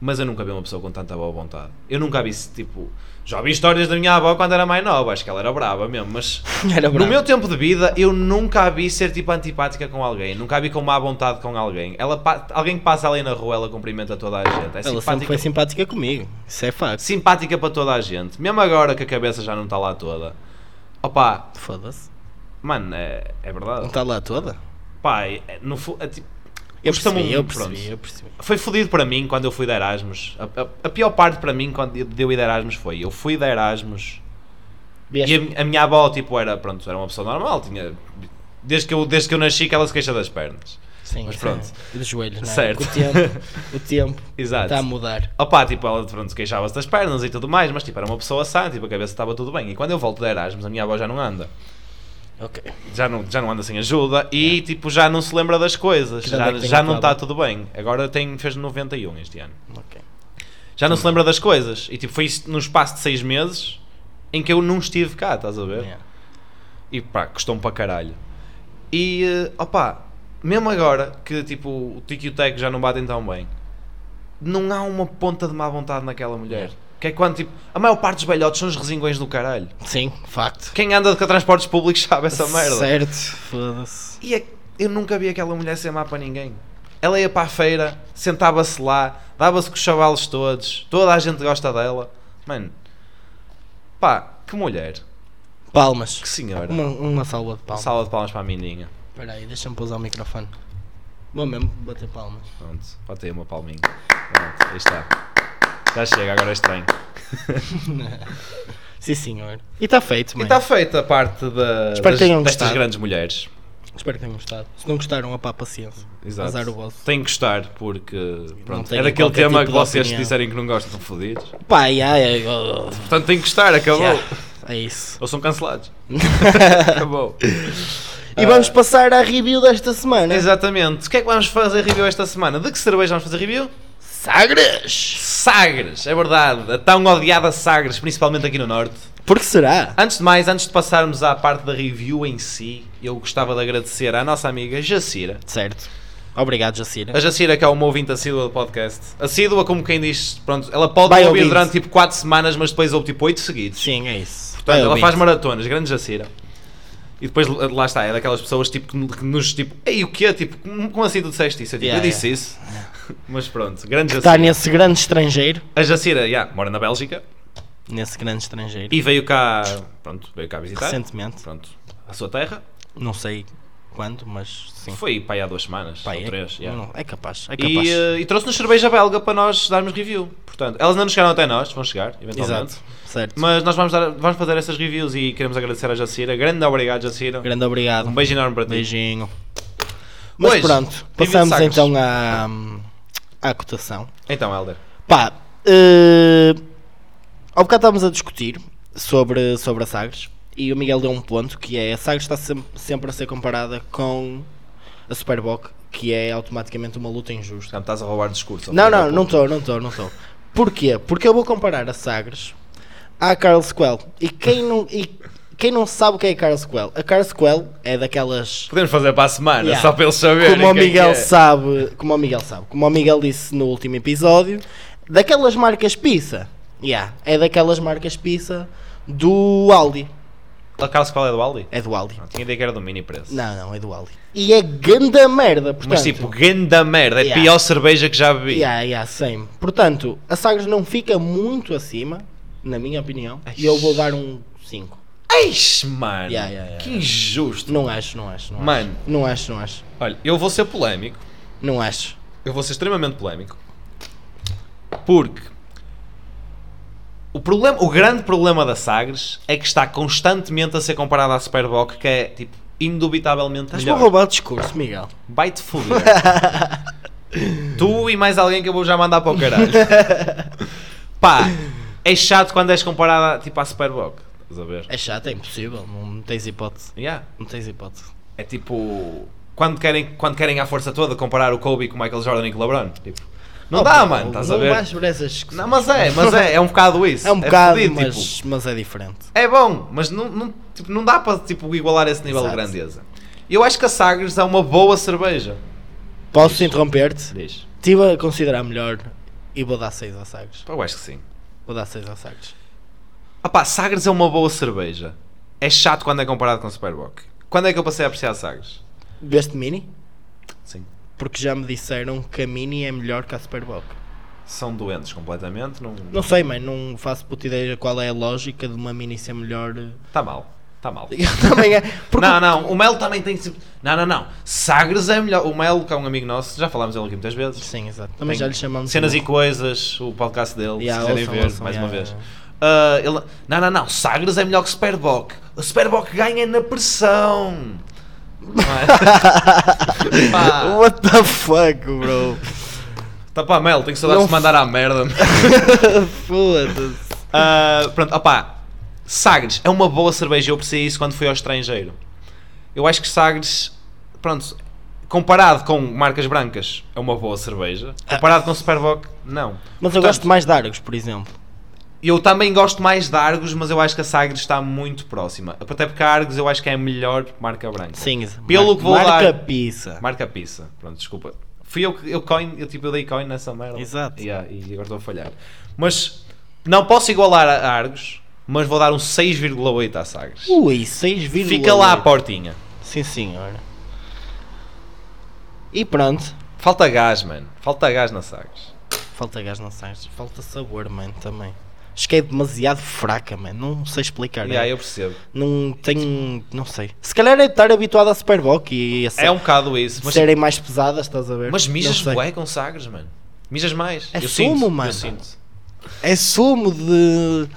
mas eu nunca vi uma pessoa com tanta boa vontade. Eu nunca vi, tipo, já vi histórias da minha avó quando era mais nova, acho que ela era brava mesmo, mas Era no bravo. meu tempo de vida eu nunca a vi ser tipo antipática com alguém, nunca a vi com má vontade com alguém. Ela, pa- alguém que passa ali na rua, ela cumprimenta toda a gente. É Ela sempre simpática, foi assim. simpática comigo. Isso é facto. simpática para toda a gente, mesmo agora que a cabeça já não está lá toda. Opa, Foda-se. mano, é, é Não verdade. está lá toda? Pá, é- é- no fu- é tipo, Eu Custa-me percebi, um- eu percebi, pronto. eu percebi. Foi fodido para mim quando eu fui de Erasmus. A, a- a pior parte para mim quando eu- de eu ir de Erasmus foi eu fui de Erasmus e Vieste- a, a minha avó tipo era, pronto, era uma pessoa normal, tinha desde que eu desde que eu nasci que ela se queixa das pernas. Sim, é- mas sim. pronto. E dos joelhos, não é? Certo. Com O tempo, o tempo Exato. está a mudar. Opa, tipo, ela pronto, queixava-se das pernas e tudo mais, mas tipo, era uma pessoa sã, tipo, a cabeça estava tudo bem. E quando eu volto de Erasmus, a minha avó já não anda. Ok. Já não, já não anda sem ajuda e tipo, já não se lembra das coisas. Que idade Já, é que tem já a não tua está avó? tudo bem. Agora tem, fez 91 este ano. ok. já não se lembra das coisas. E tipo, foi isso num espaço de seis meses em que eu não estive cá, estás a ver? Yeah. E pá, custou-me para caralho. E eh, opá, mesmo agora que tipo o Tiki e o Teco já não batem tão bem, não há uma ponta de má vontade naquela mulher. Que é quando tipo, a maior parte dos velhotes são os resingões do caralho. Sim, facto. Quem anda de transportes públicos sabe é essa merda. Certo, foda-se. E é- eu nunca vi aquela mulher ser má para ninguém. Ela ia para a feira, sentava-se lá, dava-se com os chavalos todos, toda a gente gosta dela. Mano, pá, que mulher, Palmas. que senhora. Uma, uma salva de palmas. Sala de palmas para a menininha. Espera aí, deixa-me pousar o microfone. Vou mesmo bater palmas. Pronto, botei uma palminha. Pronto, aí está. Já chega, agora é este trem. Sim, senhor. E está feito, E tá mano. está feita a parte da, Espero das, que tenham destas gostado. grandes mulheres. Espero que tenham gostado. Se não gostaram, opá, paciência. Exato. Azar o vosso. Tem que gostar, porque pronto, tenho é daquele qualquer tema tipo que de vocês opinião. disserem que não gostam, estão fodidos. Pá, yeah, yeah, oh, oh. Portanto, tem que gostar, acabou. Yeah, É isso. Ou são cancelados. Acabou. Ah. E vamos passar à review desta semana. Exatamente. O que é que vamos fazer review esta semana? De que cerveja vamos fazer review? Sagres! Sagres, é verdade. A tão odiada Sagres, principalmente aqui no Norte. Por que será? Antes de mais, antes de passarmos à parte da review em si, eu gostava de agradecer à nossa amiga Jacira. Certo. Obrigado, Jacira. A Jacira, que é uma ouvinte assídua do podcast. Assídua, como quem diz, pronto, ela pode Vai ouvir ouvindo. durante tipo 4 semanas, mas depois ouve tipo 8 seguidos. Sim, é isso. Portanto, É, ela ouvinte. faz maratonas, grande Jacira. E depois, lá está, é daquelas pessoas tipo, que- que nos tipo, ei, o quê? Tipo, como como assim tu disseste isso? Eu, tipo, Yeah, Tá eu disse isso. Mas pronto, grande Jacira. Está nesse grande estrangeiro. A Jacira, yeah, mora na Bélgica Nesse grande estrangeiro. e veio cá, pronto, veio cá visitar. Recentemente. Pronto, a sua terra. Não sei quando, mas sim. Foi para aí há duas semanas, Pá, ou é, três. yeah. não, é capaz. É capaz. E, eh, e trouxe-nos cerveja belga para nós darmos review. Portanto, elas ainda não chegaram até nós, vão chegar, eventualmente. Exato. Certo. Mas nós vamos, dar- vamos fazer essas reviews e queremos agradecer à Jacira. Grande obrigado, Jacira. Grande obrigado. Um beijo enorme para ti. Beijinho. Mas Hoje, pronto, David passamos Sagres. então à, à cotação. Então, Helder. Pá, eh, ao bocado estávamos a discutir sobre, sobre a Sagres e o Miguel deu um ponto que é a Sagres está sem- sempre a ser comparada com a Superboc, que é automaticamente uma luta injusta. Portanto, estás a roubar discurso. Não, não, não estou, não estou, não estou. Porquê? Porque eu vou comparar a Sagres à Carl Squel. E quem não, e quem não sabe o que é a Carl Squel? A Carl Squel é daquelas Podemos fazer para a semana, Yeah. só para eles saberem. como o quem é que Miguel é. sabe, como o Miguel sabe, como o Miguel disse no último episódio, daquelas marcas pizza. Yeah, é daquelas marcas pizza do Aldi. A Carlos qual é do Aldi? É do Aldi. Não, tinha ideia que era do mini preço. Não, não, é do Aldi. E é ganda merda, portanto. Mas tipo, ganda merda, é a Yeah. pior cerveja que já bebi. yeah, yeah, same. Portanto, a Sagres não fica muito acima, na minha opinião, e eu vou dar um 5. Eish, mano, Yeah, yeah, yeah. que injusto. Não acho, não acho, não acho. Mano. Não acho, não acho. Olha, eu vou ser polémico, Não acho. eu vou ser extremamente polémico, porque o, problema, o grande problema da Sagres é que está constantemente a ser comparada à Superboc, que é tipo, indubitavelmente Estás-me a melhor. roubar o discurso, Miguel. Vai-te foder. né? tu e mais alguém que eu vou já mandar para o caralho. Pá, é chato quando és comparada tipo à Superboc. Estás a ver? É chato, é impossível. Não tens hipótese. Yeah. Não tens hipótese. É tipo. Quando querem, quando querem à força toda comparar o Kobe com o Michael Jordan e com o LeBron. Tipo, Não Oh, dá, pá, mano, estás a não ver? vais por essas discussões. Não, mas é, mas é, é um bocado isso. É um bocado, fodido, mas, tipo, mas é diferente. é bom, mas não, não, tipo, não dá para tipo, igualar esse nível de Exato. grandeza. Eu acho que a Sagres é uma boa cerveja. Posso interromper-te? Diz. Estive a considerar melhor e vou dar 6 a Sagres. Eu acho que sim. Vou dar 6 a Sagres. Ah pá, Sagres é uma boa cerveja. É chato quando é comparado com Superbock. Quando é que eu passei a apreciar Sagres? Veste Mini? Sim. Porque já me disseram que a Mini é melhor que a Superbock. São doentes completamente, não... Não sei, mano, não faço puta ideia qual é a lógica de uma Mini ser melhor. Está Tá mal, está mal. Eu também é. Porque Não, não, o Melo também tem que se... Não, não, não. Sagres é melhor. O Melo, que é um amigo nosso, já falámos dele aqui muitas vezes. Sim, exato. Também Tem já lhe chamamos. Cenas e de- coisas, o podcast dele, Yeah, se quiserem ouçam, ver, ouçam, mais yeah, uma vez. yeah. Ah, ele- Não, não, não. Sagres é melhor que Superbock. O Superbock ganha na pressão. Não é? Pá. What the fuck, bro? Tá pá, Mel, tenho saudades Não de mandar à merda. Foda-se. Ah, pronto, opá. Sagres é uma boa cerveja. Eu percebi isso quando fui ao estrangeiro. Eu acho que Sagres, pronto, comparado com marcas brancas, é uma boa cerveja. Comparado com Superbock, não. Mas eu Portanto, gosto mais de Argos, por exemplo. Eu também gosto mais de Argos, mas eu acho que a Sagres está muito próxima. Até porque a Argos eu acho que é a melhor marca branca. Sim, exato. Pelo Mar- que vou Marca dar- pizza. Marca pizza. Pronto, desculpa. Fui eu que eu coin, eu tipo eu dei coin nessa merda. Exato. Yeah, e agora estou a falhar. Mas não posso igualar a Argos, mas vou dar um 6,8 à Sagres. Ui, 6, Fica lá a portinha. Sim, senhora. E pronto. Falta gás, mano. Falta gás na Sagres. Falta gás na Sagres. Falta sabor, mano, também. Acho que é demasiado fraca, mano. Não sei explicar. Yeah, é. eu percebo. Não tenho. Não sei. Se calhar é estar habituado a Superbock e a É um bocado isso. Mas, serem mais pesadas, estás a ver? mas mijas Não sei. bué com Sagres, mano. Mijas mais. É eu sumo, sinto, mano. Eu sinto. É sumo de.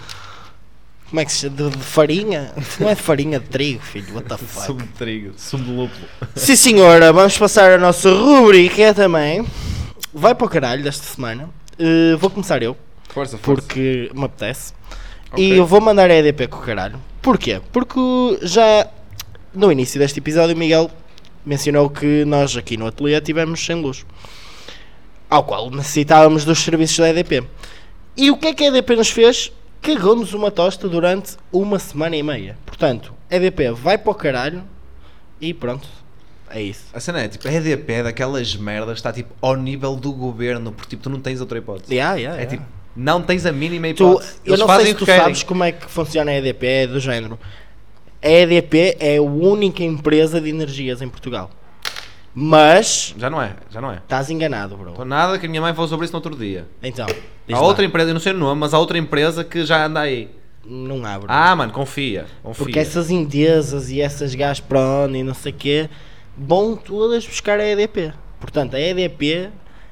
Como é que se chama? De, de farinha? Não é farinha de trigo, filho. What the fuck? de trigo. Sumo de lúpulo. Sim, senhora, vamos passar a nossa rubrica também. Vai para o caralho desta semana. Uh, vou começar eu, Força, força. porque me apetece. Ok. E eu vou mandar a EDP com o caralho. Porquê? Porque já no início deste episódio o Miguel mencionou que nós aqui no ateliê tivemos sem luz. Ao qual necessitávamos dos serviços da EDP. E o que é que a EDP nos fez? Cagou-nos uma tosta durante uma semana e meia. Portanto, a EDP vai para o caralho e pronto. É isso. A cena é tipo, a EDP é daquelas merdas que está tipo ao nível do governo, porque tipo, tu não tens outra hipótese. Yeah, yeah, É yeah. tipo, não tens a mínima Tu- hipótese. eu Eles não fazem sei se o tu que querem. sabes como é que funciona a EDP, é do género. A EDP é a única empresa de energias em Portugal. Mas Já não é, já não é. estás enganado, bro. Então, nada que a minha mãe falou sobre isso no outro dia. Então, diz Há lá. outra empresa, eu não sei o nome, mas há outra empresa que já anda aí. não abre. Ah, mano, confia. confia. porque essas indesas e essas Gazprom e não sei o quê vão todas buscar a EDP. Portanto, a EDP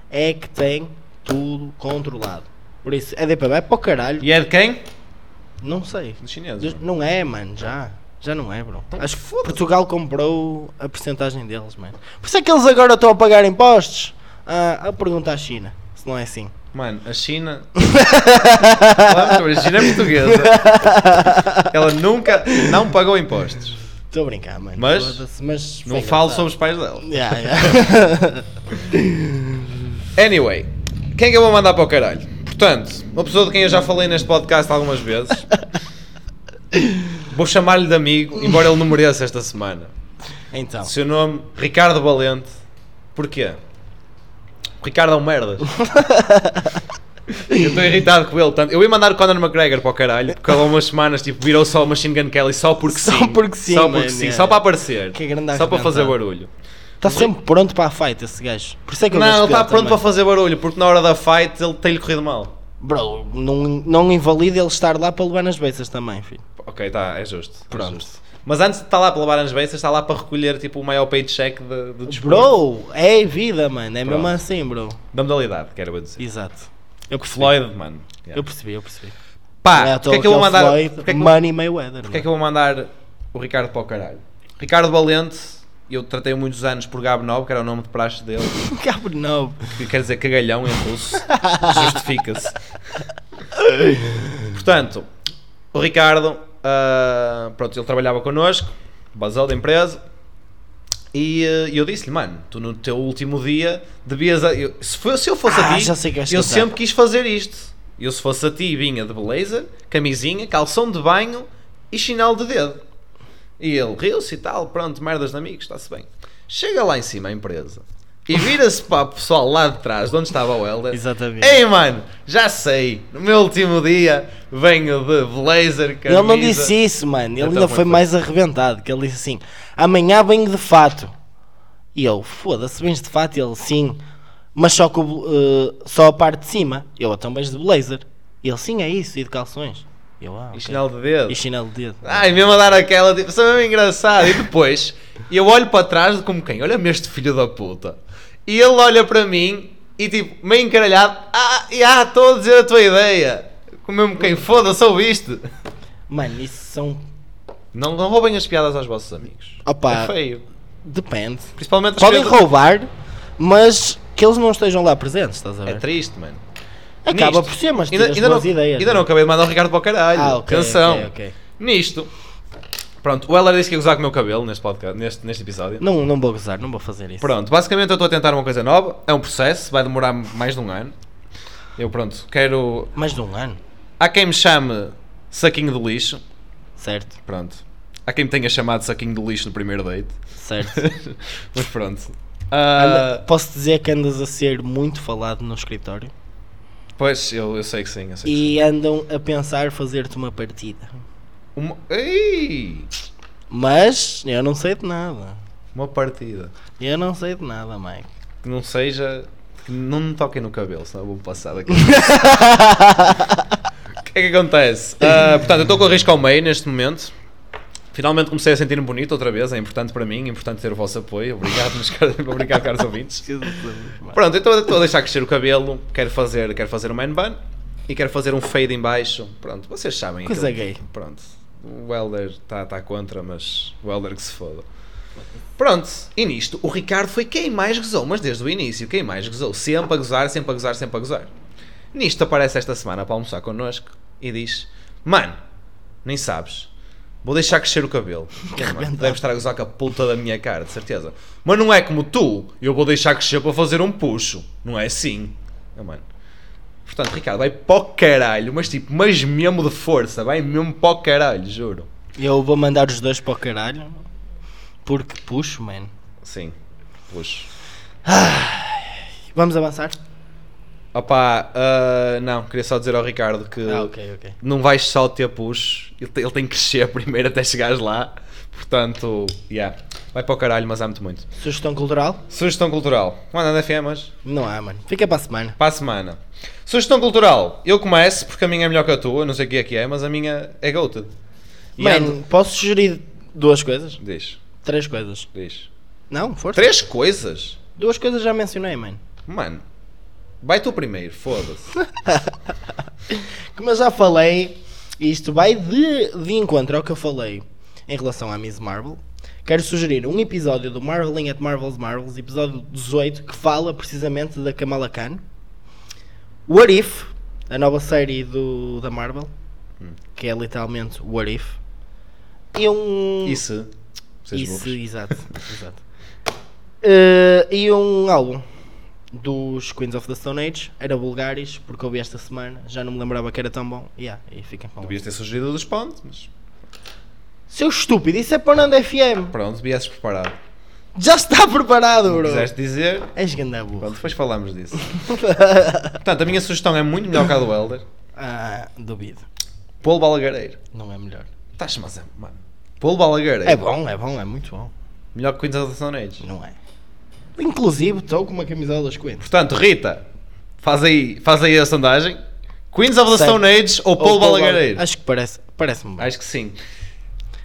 é que tem tudo controlado. Por isso, a EDP vai para o caralho. E é de quem? Não sei. Dos chineses. Des- mano. Não é, mano, já. Já não é, bro. Então, Acho que Portugal comprou a porcentagem deles, mano. Por isso é que eles agora estão a pagar impostos? Ah, a pergunta à China, se não é assim. Mano, a China. Falamos sobre a China é portuguesa. Ela nunca não pagou impostos. Estou a brincar, mano. Mas Foda-se, mas Não foi falo é engraçado. sobre os pais dela. Yeah, yeah. Anyway, quem é que eu vou mandar para o caralho? Portanto, uma pessoa de quem eu já falei neste podcast algumas vezes. Vou chamar-lhe de amigo, embora ele não mereça esta semana. então, Seu nome, Ricardo Valente. Porquê? O Ricardo é um merdas. eu estou irritado com ele. Tanto. Eu ia mandar o Conor McGregor para o caralho, porque ele há umas semanas tipo, virou só o Machine Gun Kelly só porque Só sim. porque sim, Só porque mano, sim, é. só para aparecer. Que grande só para fazer arrebentado. barulho. está sempre pronto para a fight esse gajo. Por isso é que eu Não, ele gosto está dele pronto para também. fazer barulho, porque na hora da fight ele tem-lhe corrido mal. Bro, não, não invalida ele estar lá para levar nas beças também, filho. Ok, tá, é justo. é Pronto. justo. Mas antes de estar lá para lavar as beças, está lá para recolher tipo o maior paycheck de, de desporto. Bro, é vida, mano. É mesmo Pronto. assim, bro. Da modalidade, quero eu dizer. Exato. Eu Que percebi. Floyd, mano. Yeah. Eu percebi, eu percebi. Não é Pá, à porque toa é que eu vou é o mandar. Floyd, Porque é que, eu- Money Mayweather. porque é que eu vou mandar o Ricardo para o caralho? Ricardo Valente, eu tratei muitos anos por Gabo Nobre, que era o nome de praxe dele, não é? Cabo de novo. que quer dizer cagalhão em russo. Justifica-se. Portanto, o Ricardo, ah, pronto, ele trabalhava connosco, basal da empresa. E eh, eu disse-lhe, mano, tu no teu último dia devias. a- eu- se, fo- se eu fosse Ah, a ti, já sei que vais eu contar. sempre quis fazer isto. Eu, se fosse a ti, vinha de blazer, camisinha, calção de banho e chinelo de dedo. E ele riu-se e tal, pronto, merdas de amigos, está-se bem. Chega lá em cima a empresa e vira-se para o pessoal lá de trás, de onde estava o Helder. Exatamente. Ei, mano, já sei, no meu último dia venho de blazer, camisa. Ele não disse isso, mano. Ele Então, ainda como é foi que foi? mais arrebentado. Que ele disse assim: amanhã venho de fato. E eu, foda-se, vens de fato? Ele, sim, mas só, com, o bl- eh, só a parte de cima. Eu, então vens de blazer. E ele, sim, é isso, e de calções. Eu, ah, E ok. chinelo Ah. de dedo. E chinelo de dedo. Ai, mesmo a dar aquela, tipo, isso é mesmo engraçado. E depois, eu olho para trás como quem? Olha-me este filho da puta. E ele olha para mim e tipo, meio encaralhado, ah, e ah, estou a dizer a tua ideia. Como mesmo quem foda-se, ouviste? Mano, isso são. Não, não roubem as piadas aos vossos amigos. Opa. É feio. é Depende. Principalmente as Podem piadas- roubar, mas que eles não estejam lá presentes, estás a É ver? triste, mano. Acaba Nisto. por ser, mas Ainda, tiras ainda não, boas ideias. é? ainda não acabei de mandar o Ricardo para o caralho. Ah, ok, Atenção. ok, ok. Nisto. Pronto, o Heller disse que ia gozar com o meu cabelo neste, podcast, neste, neste episódio. Não, não vou gozar, não vou fazer isso. Pronto, basicamente eu estou a tentar uma coisa nova, é um processo, vai demorar mais de um ano. Eu pronto, quero. Mais de um ano, Há quem me chame saquinho de lixo, certo? pronto. Há quem me tenha chamado saquinho de lixo no primeiro date, Certo. mas pronto. Anda- Ah, posso dizer que andas a ser muito falado no escritório pois, eu, eu sei que sim, eu sei que sim. e andam a pensar fazer-te uma partida. Uma, Ei! Mas eu não sei de nada. Uma partida. Eu não sei de nada, Mike. Que não seja. Que não me toquem no cabelo, senão eu vou passar daqui. O que é que acontece? Ah, portanto, eu estou com o risco ao meio neste momento. Finalmente comecei a sentir-me bonito outra vez, é importante para mim, é importante ter o vosso apoio. Obrigado, meus caros, obrigado, caros ouvintes. Pronto, então estou a deixar crescer o cabelo, quero fazer, quero fazer um man bun e quero fazer um fade em baixo. Pronto, vocês sabem. Coisa aquilo- gay. Pronto, o Helder está tá contra, mas o Helder que se foda. Pronto, e nisto, o Ricardo foi quem mais gozou, mas desde o início, quem mais gozou, sempre a gozar, sempre a gozar, sempre a gozar. Nisto aparece esta semana para almoçar connosco e diz: Mano, nem sabes, vou deixar crescer o cabelo. Mano, Deve estar a gozar com a puta da minha cara, de certeza. Mas não é como tu, eu vou deixar crescer para fazer um puxo. Não é assim. Eu, mano. Portanto, Ricardo, vai para o caralho, mas tipo, mas mesmo de força, vai mesmo para o caralho, juro. Eu vou mandar os dois para o caralho porque puxo, mano. Sim, puxo. Vamos avançar? Opa, ah, não, queria só dizer ao Ricardo que Ah, ok, ok. não vais só ter push, ele tem, ele tem que crescer primeiro até chegares lá. Portanto, yeah. vai para o caralho, mas amo-te muito. Sugestão cultural? Sugestão cultural. Mano, anda FM hoje. Não há, mano. Fica para a semana. Para a semana. Sugestão cultural. Eu começo porque a minha é melhor que a tua, não sei o que é que é, mas a minha é goated. E Mano, ando- posso sugerir duas coisas? Diz, Três coisas. diz. Não, força. Três coisas? Duas coisas já mencionei, mano. Mano, vai tu primeiro, foda-se. Como eu já falei, isto vai de, de encontro ao que eu falei em relação à Miss Marvel. Quero sugerir um episódio do Marveling at Marvel's Marvels, episódio 18, que fala precisamente da Kamala Khan. What If, a nova série do, da Marvel, que é literalmente What If. E um. E se? Vocês Isso, burros. exato. exato. Eh, e um álbum dos Queens of the Stone Age era Bulgaris, porque ouvi esta semana, já não me lembrava que era tão bom. Yeah, e fiquem com Devias ter sugerido dos pontos, mas Seu estúpido, isso é para Nando FM. pronto, viesses preparado. Já está preparado, bro. Quiseste dizer, És ganda Pronto, burro. depois falamos disso. Portanto, a minha sugestão é muito melhor que a do Helder. Ah, duvido. Paulo Balagareiro. Não é melhor. Estás mas é, mano. Paulo Balagareiro. É bom, é bom, é muito bom. Melhor que Queens of the Stone Age. Não é? Inclusive, estou com uma camisola das Queens. Portanto, Rita, faz aí, faz aí a sondagem. Queens of the Certo. Stone Age ou Paulo Ou Bal- Balagareiro? Acho... Acho que parece, parece-me bem. que sim.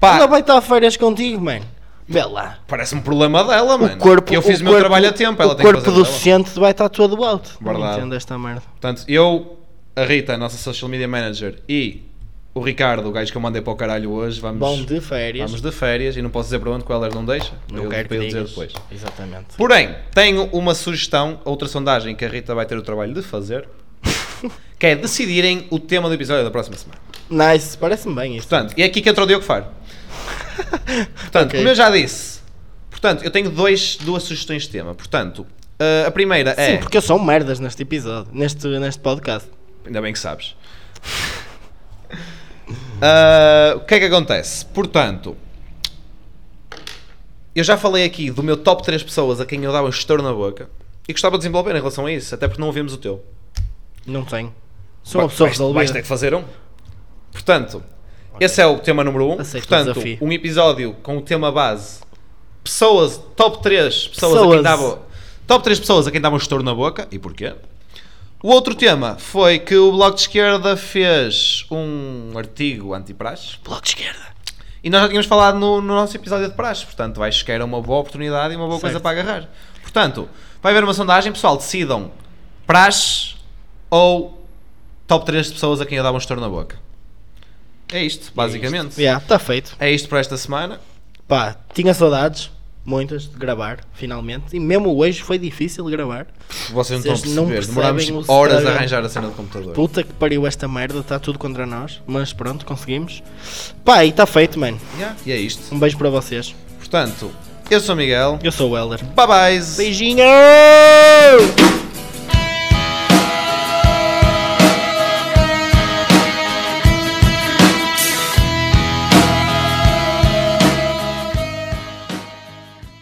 Ela Pá, vai estar a férias contigo, mano. Vê lá. parece um problema dela, mano. o corpo, eu fiz o o meu corpo- trabalho a tempo, ela o tem que corpo fazer o do dela. docente vai estar todo alto. Não Verdade. entendo esta merda. Portanto, eu, a Rita, a nossa social media manager e o Ricardo, o gajo que eu mandei para o caralho hoje, vamos, Bom de férias. vamos de férias e não posso dizer para onde que o Heller não deixa. não eu, quero para que eu dizer digas. depois. Exatamente. Porém, tenho uma sugestão, outra sondagem que a Rita vai ter o trabalho de fazer, que é decidirem o tema do episódio da próxima semana. Nice, parece-me bem isso. Portanto, e é aqui que entra o Diogo Faro. Portanto, Ok. como eu já disse, Portanto, eu tenho dois, duas sugestões de tema. Portanto, eh, a primeira é. Sim, porque eu sou um merdas neste episódio, neste, neste podcast. Ainda bem que sabes. Ah, o que é que acontece? Portanto, eu já falei aqui do meu top 3 pessoas a quem eu dava um estouro na boca e gostava de desenvolver em relação a isso, até porque não ouvimos o teu. Não tenho. Sou uma Vai- pessoa vais, vais ter resolvida. que fazer um. Portanto, esse é o tema número 1. Um. Aceito o Portanto, desafio. um episódio com o tema base pessoas, top 3 pessoas, a Pessoas. quem dava top 3 pessoas a quem dava um estouro na boca e porquê? O outro tema foi que o Bloco de Esquerda fez um artigo anti-praxe Bloco de esquerda. e nós já tínhamos falado no, no nosso episódio de praxe, portanto, acho que era uma boa oportunidade e uma boa coisa Certo. para agarrar. Portanto, vai haver uma sondagem, pessoal, decidam praxe ou top 3 de pessoas a quem eu dava um estouro na boca. É isto, basicamente. É Já, isto, está tá feito. para esta semana. Pá, tinha saudades, muitas, de gravar, finalmente. E mesmo hoje foi difícil gravar. Vocês não Vocês estão a perceber, não percebem o demorámos estrago. horas a arranjar a cena do computador. Puta que pariu esta merda, está tudo contra nós. Mas pronto, conseguimos. Pá, e está feito, mano. Yeah, e é isto. Um beijo para vocês. Portanto, eu sou o Miguel. Eu sou o Helder. Bye bye. Beijinho!